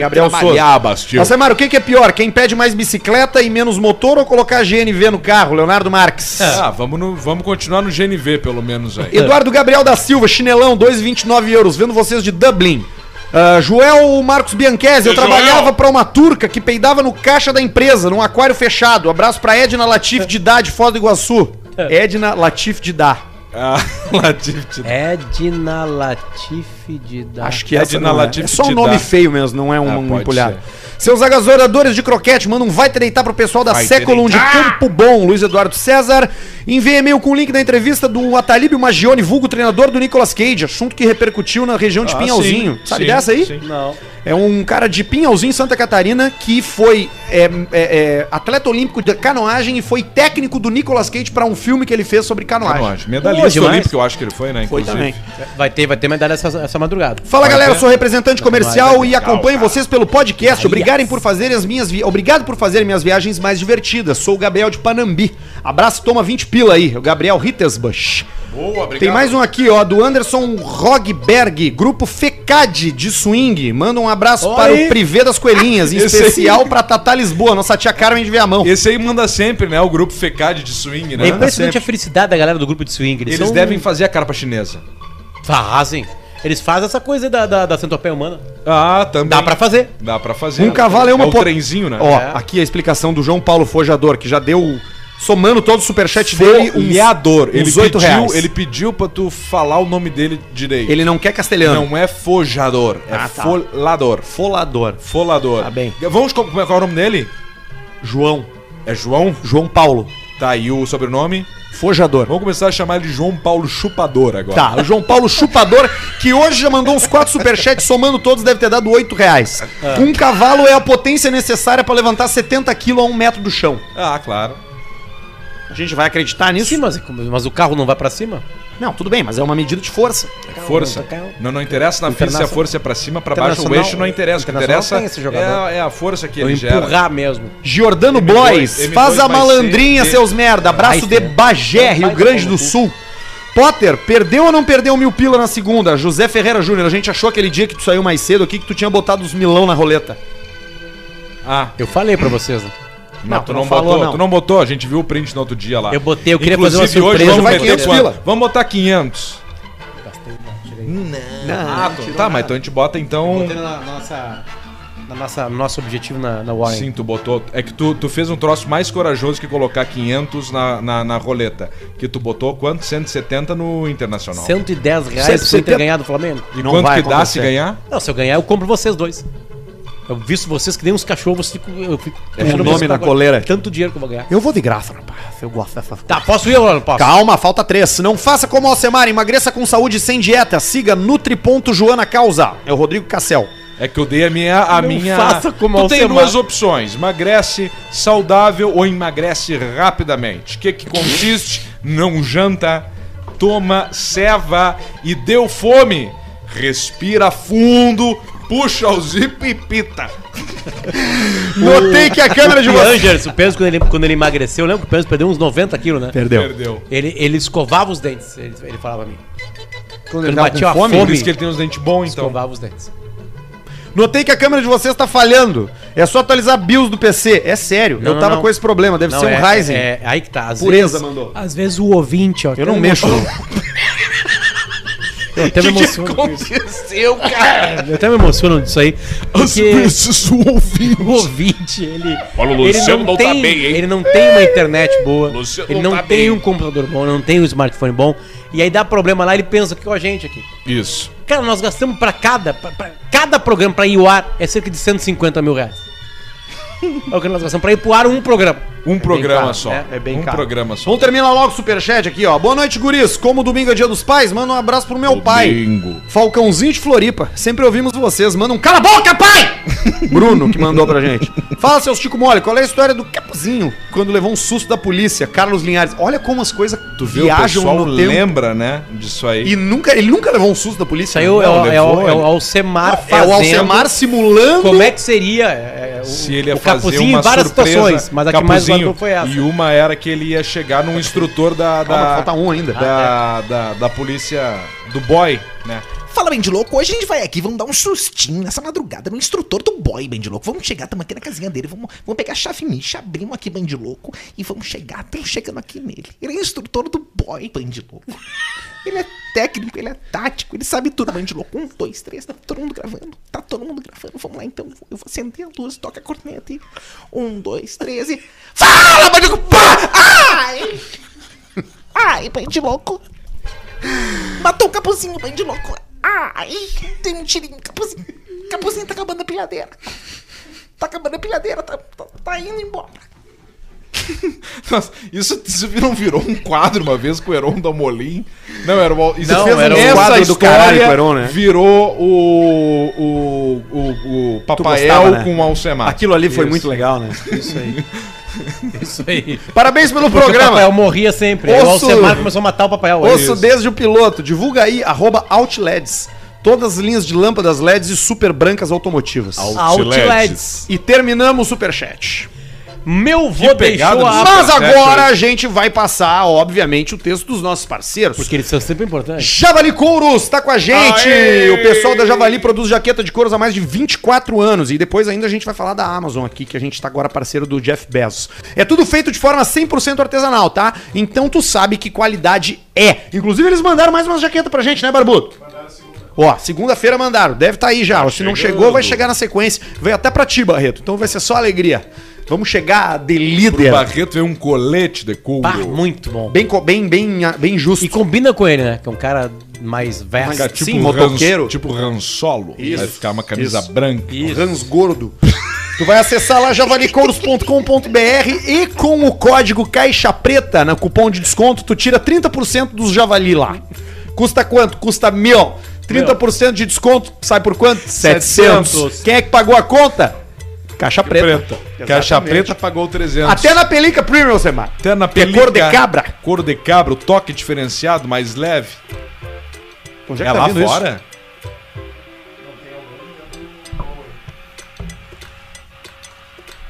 Então,
Gabriel
trabalhar, Bastião.
Nossa, Mário, o que, que é pior? Quem pede mais bicicleta e menos motor ou colocar GNV no carro? Leonardo Marques.
ah, vamos, no- vamos continuar no GNV, pelo menos aí.
Eduardo Gabriel da Silva, chinelão, 2,29 euros. Vendo vocês de Dublin. Ah, Joel Marcos Bianchese, eu
Joel.
trabalhava pra uma turca que peidava no caixa da empresa, num aquário fechado. Abraço pra Edna Latif de Dá, de Foz do Iguaçu. Edna Latif de Dá.
Ah, Latif te
Edna Latifi de da...
Acho que
É
é
de
essa não é.
Nalatif
É só um
te
nome
dá.
feio mesmo, não é um,
Ah,
um
pode
empolhado. Seus agasoradores de croquete, manda um vai te deitar pro pessoal da
Vai te
Seculum de
deitar.
Campo Bom, Luiz Eduardo César. Envia e-mail com o link da entrevista do Atalíbio Magione, vulgo treinador do Nicolas Cage, assunto que repercutiu na região de
Ah,
Pinhalzinho.
sim,
Sabe
sim,
dessa aí?
sim.
Não.
É um cara de Pinhalzinho, Santa Catarina, que foi é, é, é, atleta olímpico de canoagem e foi técnico do Nicolas Cage pra um filme que ele fez sobre canoagem.
Não, acho. Medalhista
demais.
olímpico, eu acho que ele foi, né?
Foi também.
Vai ter, vai ter medalha essa, essa madrugada.
Fala
Vai
galera,
ver?
sou representante comercial
né? vai,
e
vai.
acompanho
Legal,
vocês pelo podcast. Obrigado por fazerem as minhas vi... obrigado por fazerem minhas viagens mais divertidas. Sou o Gabriel de Panambi. Abraço, toma 20 pila aí, o Gabriel Rittersbusch.
Boa, obrigado.
Tem mais um aqui, ó, do Anderson Rogberg, grupo Fecad de swing. Manda um abraço
Oi.
para o Privé das Coelhinhas, em
Esse aí.
especial para Tatá Lisboa, nossa tia Carmen de Viamão.
um. Esse aí manda sempre, né? O grupo Fecade de swing, né?
É
Manda
impressionante
sempre.
a felicidade da galera do grupo de swing.
Eles
são-
devem fazer a carpa chinesa.
Fazem. Eles fazem essa coisa da, da, da centopeia humana.
Ah, também.
Dá pra fazer.
Dá pra fazer.
Um cavalo é uma
o
po-
trenzinho, né?
Ó,
É.
aqui a explicação do João Paulo Fojador, que já deu somando todo o
é
superchat dele
Folheador.
uns
tipo um Ele
oito
pediu,
reais.
ele pediu pra tu falar o nome dele direito.
Ele não quer castelhano.
não é fojador, é
Ah, tá.
folador.
Folador.
Folador.
Tá bem.
Vamos com- como é qual é o nome dele?
João.
É João?
João Paulo.
Tá aí o sobrenome.
Fojador.
Vamos começar a chamar ele de João Paulo Chupador agora.
Tá, o João Paulo Chupador, que hoje já mandou uns quatro superchats, somando todos deve ter dado oito reais. Um cavalo é a potência necessária pra levantar 70 quilos a um metro do chão.
Ah, claro.
A gente vai acreditar nisso?
Sim, mas, mas o carro não vai pra cima?
Não, tudo bem, mas é uma medida de força.
Força. Não, não interessa na fita se a
Internacional-
força é pra cima, pra baixo, o
Internacional-
eixo não interessa. O que
Internacional
interessa
tem esse jogador.
é, é a força que
Eu
ele gera.
empurrar mesmo.
Giordano
M2,
Blois,
M2
faz a
mais
malandrinha,
cem,
seus merda. Abraço
Ai,
de
cem.
Bagé, Rio
Vai,
Grande
vai,
do
vai.
Sul. Potter, perdeu ou não perdeu mil pila na segunda? José Ferreira Júnior, a gente achou aquele dia que tu saiu mais cedo aqui que tu tinha botado os milão na roleta.
Ah,
Eu falei pra vocês, né?
não,
Não,
tu
não
não,
falou,
botou,
não.
tu não botou, a gente viu o print no outro dia lá.
Eu botei, eu queria fazer uma
Inclusive,
surpresa.
Hoje vamos,
Vai
meter
500
quanto?
pila.
vamos botar 500.
Não,
Ah, tu- tá, mas então a gente bota então.
Botei na nossa, na nossa, no nosso objetivo na, na Warren.
Sim, tu botou. É que tu, tu fez um troço mais corajoso que colocar 500 na, na, na roleta. Que tu botou quanto? 170 no internacional.
110 reais pra eu ter
170.
ganhado do Flamengo.
E
Não
quanto
vai
que dá se
acontecer.
ganhar?
Não, se eu ganhar, eu compro vocês dois. Eu visto vocês que nem uns cachorros, fico, eu fico.
É,
puxando
nome
vocês
na
pra-
coleira.
Tanto dinheiro que eu vou ganhar.
Eu vou de graça, rapaz. Eu gosto dessa
Tá, posso ir ou não posso?
Calma, falta três. Não faça como o Alcemar, emagreça com saúde e sem dieta. Siga Nutri.Joana Causa. É o Rodrigo Cassel.
É que eu dei a minha. A
Não
minha...
faça como
tu tem
Alcemar.
duas opções: emagrece saudável ou emagrece rapidamente. O que, que consiste? Não janta, toma ceva e deu fome. Respira fundo, puxa o zip e pita.
Notei que a câmera de
O
vocês.
Angers, o Pêncio, quando ele, quando ele emagreceu, lembra que o Pêncio perdeu uns 90 quilos, né?
Perdeu.
Perdeu.
Ele, ele escovava os dentes, ele, ele falava pra mim.
Quando
Quando
ele tava
bateu a
com fome.
fome,
Por isso que ele tem uns dentes bons, então.
escovava os dentes.
Notei que a câmera de vocês tá falhando. É só atualizar a BIOS do PC. É sério,
Não,
eu
não,
tava
não.
com esse problema. Deve ser um
é,
Ryzen.
É, aí que tá. Às
Pureza
vezes,
mandou.
Às vezes o ouvinte, ó.
Eu não mexo.
Eu até me emociono. com isso.
Aconteceu, cara.
Eu até me emociono disso aí. Porque o ouvinte, ele.
Olha, o
ele
Luciano não tá
tem,
bem, hein?
Ele não tem uma internet boa.
Luciano
ele
não
não
tá
tem
bem.
um computador bom, não tem um smartphone bom. E aí dá problema lá, ele pensa que com a gente aqui.
É
Isso.
Cara, nós gastamos pra cada, pra, pra cada programa pra ir ao ar é cerca de 150 mil reais. É o que nós gastamos pra ir pro ar um programa.
Um programa
caro,
só.
né?
É bem
um
caro.
programa só.
Vamos terminar logo o superchat aqui, ó. Boa noite, guris. Como domingo é dia dos pais, manda um abraço pro meu pai.
Bingo.
Falcãozinho de Floripa. Sempre ouvimos vocês. Manda um cala a boca, pai! Bruno, que mandou pra gente. Fala, seus Chico Mole, qual é a história do Capuzinho quando levou um susto da polícia? Carlos Linhares. Olha como as coisas
Tu vê, o pessoal lembra, né, disso aí.
E nunca, ele nunca levou um susto da polícia. né?
Isso aí é, o- é o- é o-
levou,
é
ele-
o Alcemar
É o
fazendo-
Alcemar simulando.
Como é que seria? é, é, o,
Se ele ia
o
fazer
Capuzinho
uma
em várias
surpresa,
situações, mas a que mais
Capuzinho,
guardou foi essa.
E uma era que ele ia chegar num instrutor da... da
Calma, falta um ainda.
Da,
Ah, é.
da, da polícia... Do boy, né?
Fala, bem de louco. Hoje a gente vai aqui, vamos dar um sustinho nessa madrugada no instrutor do boy, bem de louco. Vamos chegar, estamos aqui na casinha dele, vamos, vamos pegar a chave micha, abrimos aqui, bem de louco, e vamos chegar, estamos chegando aqui nele. Ele é instrutor do boy, bem de louco. Ele é técnico, ele é tático, ele sabe tudo, bem de louco. Um, dois, três, tá todo mundo gravando, tá todo mundo gravando. Vamos lá então, eu vou acender a luz, toca a corneta e. Um, dois, três e. Fala, bem de louco! pá! Ai! Ai, bem de louco! Matou o capuzinho, bem de louco. Ai, tem um tirinho, capuzinho. Capuzinho tá acabando a pilhadeira. Tá acabando a pilhadeira, tá, tá, tá indo embora.
Nossa, isso, isso não virou um quadro uma vez com o Heron Damolim? Não, era o... Isso
Não, era o
essa
um quadro do
história
caralho com o Heron, né?
Virou o... O, o, o Papael
gostava, né?
com o Alcemar.
Aquilo ali foi
Isso.
muito legal, né?
Isso aí. Isso aí.
Parabéns pelo
O
programa.
papel morria sempre. aí O
Osso-
Alcemar começou a matar o papel.
Ouço desde o piloto. Divulga aí, arroba OutLEDs. Todas as linhas de lâmpadas LEDs e super brancas automotivas.
Outlets.
E terminamos o superchat.
Meu vô
Que pegada
deixou
do
a...
saco.
Mas
superchat
agora
hoje.
a gente vai passar, obviamente, o texto dos nossos parceiros.
Porque eles são sempre importantes.
Javali Couros tá com a gente.
Aê!
O pessoal da Javali produz jaqueta de couros há mais de 24 anos. E depois ainda a gente vai falar da Amazon aqui, que a gente tá agora parceiro do Jeff Bezos. É tudo feito de forma 100% artesanal, tá? Então tu sabe que qualidade é. Inclusive eles mandaram mais uma jaqueta pra gente, né, Barbuto? Ó, segunda-feira mandaram, deve estar aí
Tá
já. Se não chegou, vai chegar na sequência. Veio até pra ti, Barreto. Então vai ser só alegria. Vamos chegar de
Pro
líder.
Barreto veio um colete de couro.
Bah, muito bom.
Bem, co- bem, bem, bem justo.
E combina com ele, né? Que é um cara mais
Mas
vasto.
tipo
sim,
Ran-
motoqueiro.
Tipo Ransolo.
Isso,
Vai ficar uma camisa
isso.
branca.
Rans Gordo. Tu vai acessar lá javalicouros.com.br e com o código Caixa Preta no cupom de desconto, tu tira 30% dos javali lá. Custa quanto? Custa mil. 30% de desconto sai por quanto? 700.
700.
Quem é que pagou a conta? Caixa Preta.
Preta. Caixa
Exatamente.
preta pagou 300.
Até na pelica Premium, Semar.
Até na
Que é cor de
pelica-
cabra.
Cor de cabra, o toque diferenciado, mais leve.
Onde
É, lá
tá vindo isso?
fora?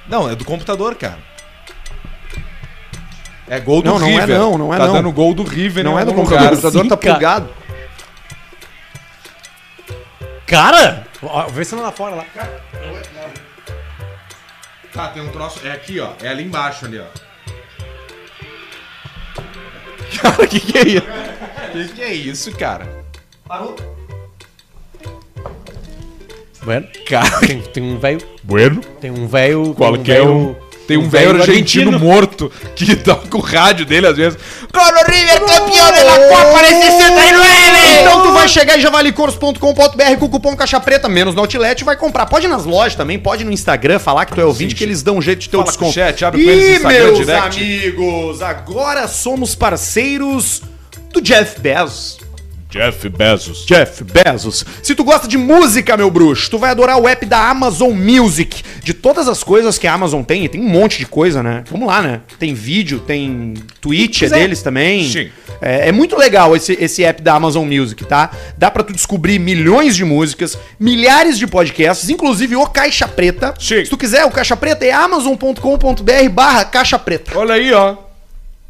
Não, é do computador, cara. É gol do
Não, não é
River.
não, não é
tá
não.
dando gol do River
Não
em
é do
algum
computador, o
lugar.
computador tá
Sim, cara.
plugado.
Cara! Ó, Vê se não lá fora lá.
Tá, tem um troço. É aqui, ó. É ali embaixo, ali, ó. Cara, que que é isso? que que é isso, cara?
Bueno,
Cara,
tem, tem um velho.
bueno,
Tem um velho. tem
qualquer um.
velho-
Tem um velho argentino, morto que toca o rádio dele às vezes.
Con o River
É
campeão de la Copa de 69!
Então tu vai chegar em javalicouros.com.br com o cupom Caixa Preta, menos no Outlet, e vai comprar. Pode ir nas lojas também, pode ir no Instagram falar que tu é ouvinte,
Sim,
que eles dão um jeito de ter o
fala com
desconto.
o chat, abre
e
com eles no Instagram
meus
direct.
amigos, agora somos parceiros do Jeff Bezos.
Jeff Bezos.
Jeff Bezos. Se tu gosta de música, meu bruxo, tu vai adorar o app da Amazon Music. De todas as coisas que a Amazon tem, e tem um monte de coisa, né? Vamos lá, né? Tem vídeo, tem Twitch é deles também.
Sim.
É, é muito legal esse, esse app da Amazon Music, tá? Dá pra tu descobrir milhões de músicas, milhares de podcasts, inclusive o Caixa Preta.
Sim.
Se tu quiser, o Caixa Preta é amazon.com.br barra Caixa Preta.
Olha aí, ó.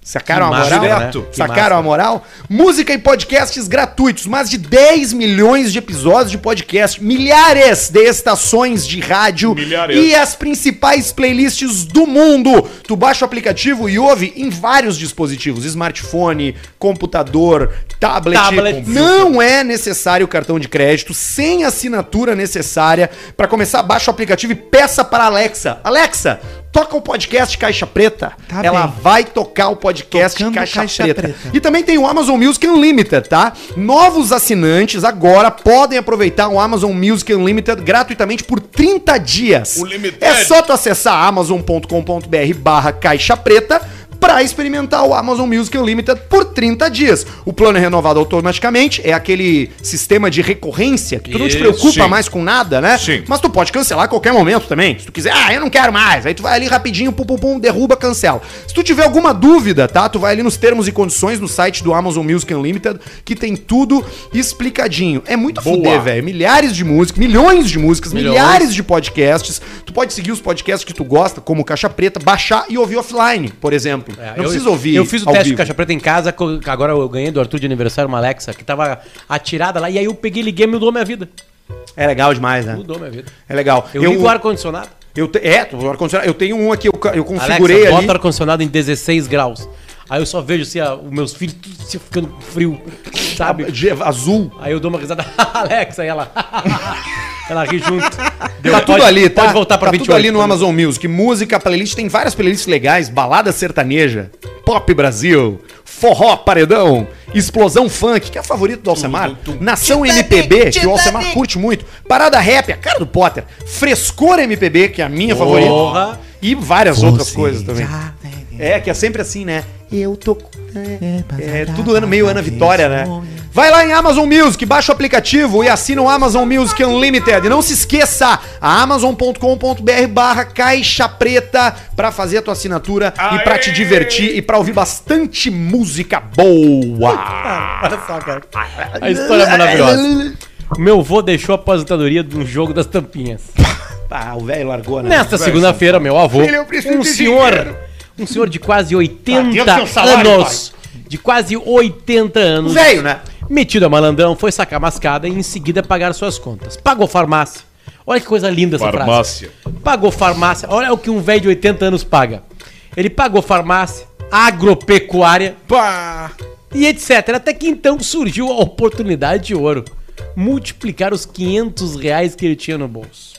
Sacaram
Que
a
massa,
moral?
né?
Direto.
Que
Sacaram
massa.
a moral? Música e podcasts gratuitos, mais de 10 milhões de episódios de podcast, milhares de estações de rádio
Milhares.
e as principais playlists do mundo. Tu baixa o aplicativo e ouve em vários dispositivos, smartphone, computador, tablet.
Tablet.
Não é necessário cartão de crédito, sem assinatura necessária. Pra começar, baixa o aplicativo e peça para a Alexa. Alexa, toca o podcast Caixa Preta.
Tá
Ela
bem.
vai tocar o podcast
Tocando
Caixa,
Caixa
Preta.
Preta.
E também tem o Amazon Music Unlimited, tá? Novos assinantes agora podem aproveitar o Amazon Music Unlimited gratuitamente por 30 dias.
Unlimited.
É só tu acessar amazon.com.br barra caixa preta para experimentar o Amazon Music Unlimited por 30 dias. O plano é renovado automaticamente, é aquele sistema de recorrência que tu não te
Isso,
preocupa
sim.
mais com nada, né?
Sim.
Mas tu pode cancelar a qualquer momento também. Se tu quiser, ah, eu não quero mais. Aí tu vai ali rapidinho, pum, pum, pum, derruba, cancela. Se tu tiver alguma dúvida, tá? Tu vai ali nos termos e condições do site do Amazon Music Unlimited, que tem tudo explicadinho. É muito
Boa.
fuder, velho. Milhares de músicas, milhões de músicas,
Milhões.
milhares de podcasts. Tu pode seguir os podcasts que tu gosta, como Caixa Preta, baixar e ouvir offline, por exemplo.
É,
não precisa ouvir.
Eu fiz o
ao
teste
vivo.
de caixa preta em casa, co- agora eu ganhei do Arthur de aniversário uma Alexa, que tava atirada lá, e aí eu peguei, liguei, mudou minha vida.
É legal demais, né?
Mudou minha vida.
É legal.
Eu, ligo o ar-condicionado.
eu te- é, tu- o ar-condicionado. Eu tenho um aqui, eu, ca- eu configurei ali.
Alexa,
tá,
bota o ar-condicionado em 16 graus. Aí eu só vejo se a- os meus filhos tudo se ficando frio, sabe?
de- azul.
Aí eu dou uma risada, Alexa, e ela. ela ri junto. Deu,
Tá
pode-
tudo ali, tá?
Pode voltar pra
tá
28.
tudo ali no Amazon Music. Música, playlist, tem várias playlists legais. Balada sertaneja, pop Brasil, forró paredão, explosão funk, que é o favorito do Alcemar. Nação
Titanic,
MPB, que o
Titanic.
Alcemar curte muito. Parada rap, a cara do Potter. Frescor MPB, que é a minha
Porra.
favorita. E várias outras coisas também. É, que é sempre assim, né?
né? Eu tô.
É tudo ano, meio Ana Vitória, né? Vai lá em Amazon Music, baixa o aplicativo e assina o Amazon Music Unlimited. E não se esqueça, a amazon.com.br barra caixa preta pra fazer a tua assinatura e pra te
Aê!
divertir e pra ouvir bastante música boa.
Olha só, cara. A história é maravilhosa. Meu avô deixou a aposentadoria de um jogo das tampinhas.
Ah, o velho largou,
Nesta segunda-feira, meu avô, um senhor, um senhor de quase 80
Cadê o seu salário,
anos, de quase 80 anos,
Velho, né?
metido a malandrão, foi sacar mascada e em seguida pagar suas contas. Pagou farmácia. Olha que coisa linda essa
Farmácia.
frase. Pagou farmácia. Olha o que um velho de 80 anos paga. Ele pagou farmácia, agropecuária,
Pá!
e etc. Até que então surgiu a oportunidade de ouro. Multiplicar os 500 reais que ele tinha no bolso.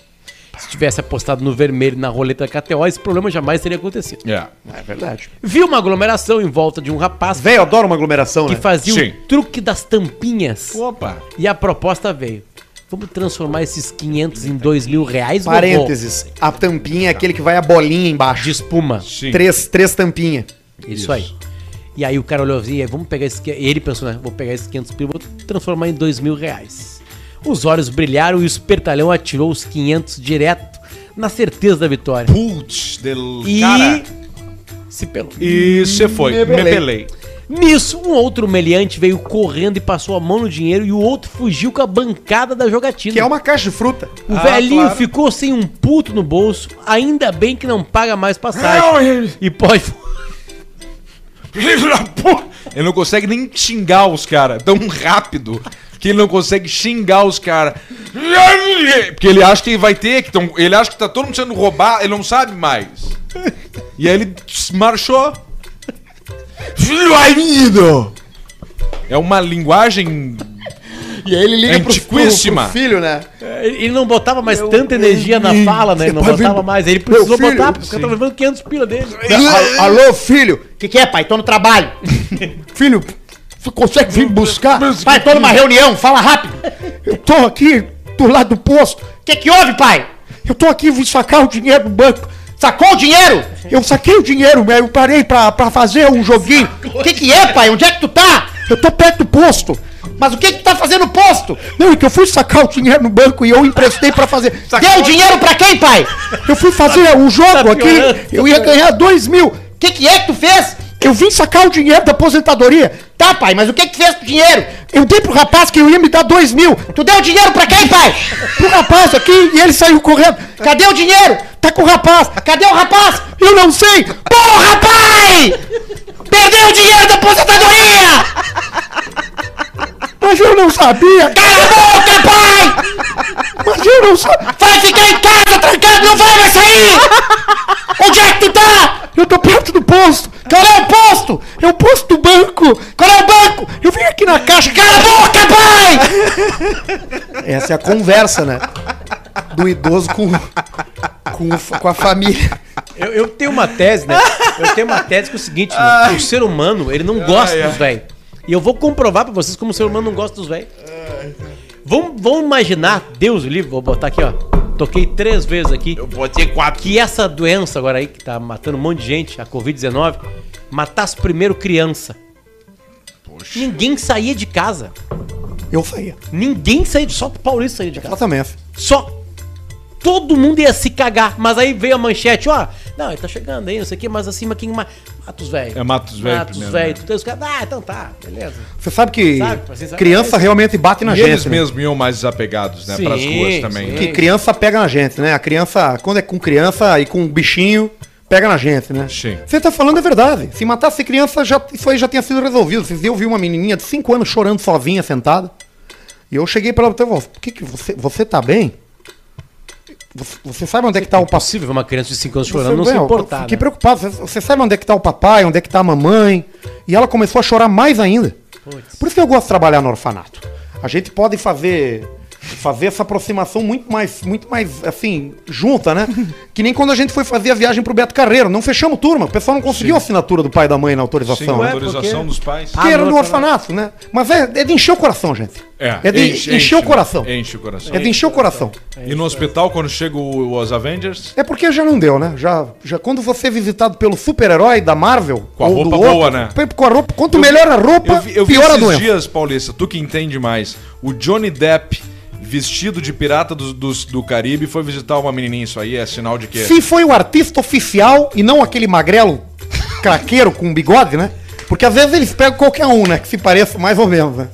Se tivesse apostado no vermelho na roleta da KTO, esse problema jamais teria acontecido.
É.
É verdade.
Viu uma aglomeração em volta de um rapaz
Velho, adora uma aglomeração,
que
né?
fazia
Sim.
o truque das tampinhas.
Opa!
E a proposta veio. Vamos transformar esses 500 em 2 mil reais, vovô?
Parênteses, a tampinha é aquele que vai a bolinha
De
embaixo.
espuma.
Sim.
Três, três tampinhas.
Isso aí. E aí o cara olhou assim, vamos pegar esse... que- E ele pensou, né, vou pegar esses 500 pila, vou transformar em 2 mil reais. Os olhos brilharam e o espertalhão atirou os 500 direto, na certeza da vitória.
Putz, del...
E
Cara.
se pelou.
E você foi. Me pelei.
Nisso, um outro meliante veio correndo e passou a mão no dinheiro e o outro fugiu com a bancada da jogatina.
Que é uma caixa de fruta.
O velhinho ficou sem um puto no bolso, ainda bem que não paga mais
Não,
passagem.
ele-
E pode...
Filho da puta! Ele não consegue nem xingar os caras tão rápido que ele não consegue xingar os caras. Porque ele acha que vai ter, que tão, ele acha que tá todo mundo sendo roubado, ele não sabe mais. E aí ele marchou. Filho aí, menino! É uma linguagem.
E aí ele liga pro, pro,
É Antiquíssima.
pro filho, né?
Ele ele não botava mais tanta energia na fala, né? Ele não botava mais. Ele precisou
filho,
botar, porque eu tava levando 500 pila dele.
é
Al- É, Alô, filho? O que, que é, pai? Tô no trabalho. filho, você consegue vir me buscar? pai, tô numa reunião, fala rápido. Eu tô aqui do lado do posto. O que, que houve, pai? Eu tô aqui, vim sacar o dinheiro do banco. Sacou o dinheiro? Eu saquei o dinheiro, eu parei pra, pra fazer um joguinho. O que, que é, pai? Onde é que tu tá?
Eu tô perto do posto. Mas o que que tu tá fazendo no posto? Não, é que eu fui sacar o dinheiro no banco e eu emprestei pra fazer. Deu dinheiro pra quem, pai? Eu fui fazer o jogo
piorando,
aqui, eu ia ganhar dois mil. O que que é que tu fez? Eu vim sacar o dinheiro da aposentadoria. Tá, pai, mas o que que tu fez com o dinheiro? Eu dei pro rapaz que eu ia me dar dois mil. Tu deu o dinheiro pra quem, pai? Pro rapaz aqui e ele saiu correndo. Cadê o dinheiro? Tá com o rapaz. Cadê o rapaz? Eu não sei. Porra, pai! Perdeu o dinheiro da aposentadoria! Mas eu não sabia! Cala a boca, pai! Mas eu não sabia! Vai ficar em casa trancado, não vai mais sair! Onde é que tu tá? Eu tô perto do posto! Qual é o posto? É o posto do banco! Qual é o banco? Eu vim aqui na caixa! Cala a boca, pai! Essa é a conversa, né? Do idoso com, com, o fa- com a família.
Eu, eu tenho uma tese, né? Eu tenho uma tese que é o seguinte, né? o ser humano, ele não gosta dos velhos. E eu vou comprovar pra vocês como o ser humano não gosta dos velhos. Vamos, vamos imaginar, Deus o livro, vou botar aqui, ó. Toquei três vezes aqui.
Eu botei quatro.
Que essa doença agora aí, que tá matando um monte de gente, a Covid-19, matasse primeiro criança. Ninguém saía de casa.
Eu saía.
Ninguém saía, só o Paulista saía de casa.
Ela também é. f-
Só. Todo mundo ia se cagar, mas aí veio a manchete, ó. Não, ele tá chegando aí, não sei o quê, mas assim, mas quem ma... mata os velhos.
É, mata os velhos
Mata os
primeiro,
velhos. Tu tem os caras. Ah, então tá, beleza.
Você sabe que
Sabe, assim, sabe?
criança realmente bate na
E eles
gente. né?
mesmos iam mais desapegados, né?
Sim,
pras ruas também.
sim.
né?
Que criança pega na gente, né? A criança, quando é com criança e com um bichinho, pega na gente, né?
Sim.
Você tá falando a verdade. Se matasse criança, já, isso aí já tinha sido resolvido. Vocês eu vi uma menininha de 5 anos chorando sozinha, sentada. E eu cheguei pra ela e falei, "Vó, por que, que você, você tá bem? Você, você sabe onde é que tá o papai?
Possível ver uma criança de 5 anos
Você,
chorando, Tipo, não se
bem, eu
importar.
Fiquei
né?
preocupado. Você, você sabe onde é que tá o papai, onde é que tá a mamãe? E ela começou a chorar mais ainda.
Putz.
Por isso que eu gosto de trabalhar no orfanato. A gente pode fazer fazer essa aproximação muito mais, muito mais assim, junta, né? Que nem quando a gente foi fazer a viagem pro Beto Carreiro. Não fechamos turma. O pessoal não conseguiu a assinatura do pai e da mãe na
Sim,
autorização.
com
né?
autorização
porque-
dos pais.
Porque
Ah,
era
no
no orfanato, né? Mas é, é de encher o coração, gente. É, de encher o
né?
coração.
Enche o coração.
É de encher o coração.
E no hospital, quando chega o- os Avengers,
É porque já não deu, né? Já, já quando você é visitado pelo super-herói da Marvel.
Com a
ou do
roupa boa, né?
Com a roupa, quanto melhor a roupa,
eu vi, eu vi
pior a
esses
doença.
dias, Paulista, tu que entende mais, o Johnny Depp vestido de pirata dos- dos- do Caribe foi visitar uma menininha. Isso aí é sinal de que...
Se foi o artista oficial e não aquele magrelo craqueiro com bigode, né? Porque às vezes eles pegam qualquer um, né? Que se pareça mais ou menos, né?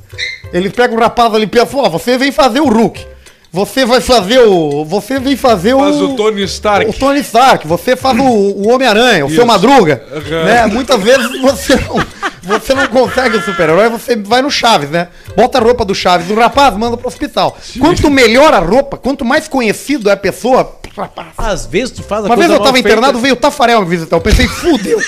Eles pegam o rapaz ali e pensam, ó, você vem fazer o Hulk. Você vai fazer o. Você vem fazer o.
Mas o Tony Stark...
O Tony Stark, você faz o, o Homem-Aranha, o
Isso.
seu Madruga.
Aham.
Né? Muitas vezes você não, você não consegue o super-herói, você vai no Chaves, né? Bota a roupa do Chaves, o rapaz manda pro hospital. Quanto melhor a roupa, quanto mais conhecido é a pessoa. Rapaz.
Às vezes tu faz a
Uma vez eu
mal
tava
feita.
internado, veio o Tafarel me visitar. Eu pensei, fudeu.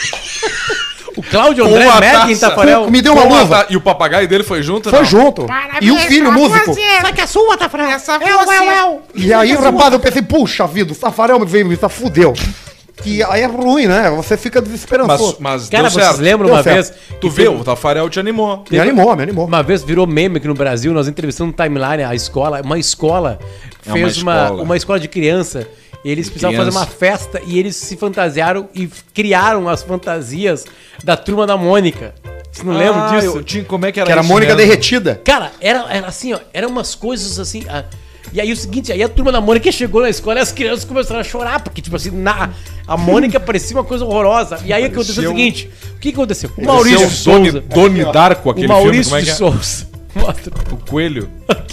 O Cláudio
Com
André
a
Merkin
taça.
Tafarel.
Me deu uma
com a-
luva.
E o papagaio dele foi junto,
Foi
não?
junto. E o
é
filho, músico.
Só que a sua, Tafran. Essa eu,
assim,
eu, eu.
E aí, rapaz, eu pensei, puxa vida, o Tafarel me veio me visitar, fudeu. E aí é ruim, né? Você fica
Mas,
desesperançoso.
mas
Cara,
deu
vocês
certo.
lembram
Deu
uma
certo.
vez.
Tu
que teve-
viu, o Tafarel te animou.
Me animou, me animou.
Uma vez virou meme aqui no Brasil, nós entrevistamos no timeline a escola, uma escola
É
fez
uma
uma, uma,
escola.
escola. de criança. e Eles precisavam
criança.
fazer uma festa e eles se fantasiaram e f- criaram as fantasias da turma da Mônica. Você não lembra
Ah,
disso?
eu tinha- como é que era
Que era a
isso
Mônica
mesmo?
derretida.
Cara, era, era assim, ó, eram umas coisas assim. ah, e aí o seguinte, aí a turma da Mônica chegou na escola e as crianças começaram a chorar, porque, tipo assim, na, a Mônica parecia uma coisa horrorosa. E aí aconteceu o
Parecia um-
seguinte: o que que aconteceu? O
Maurício
Maurício de
Doni,
Souza.
Doni Darko,
O
aquele filme,
Maurício
como é
de
que é?
Souza. Mostra.
O Coelho.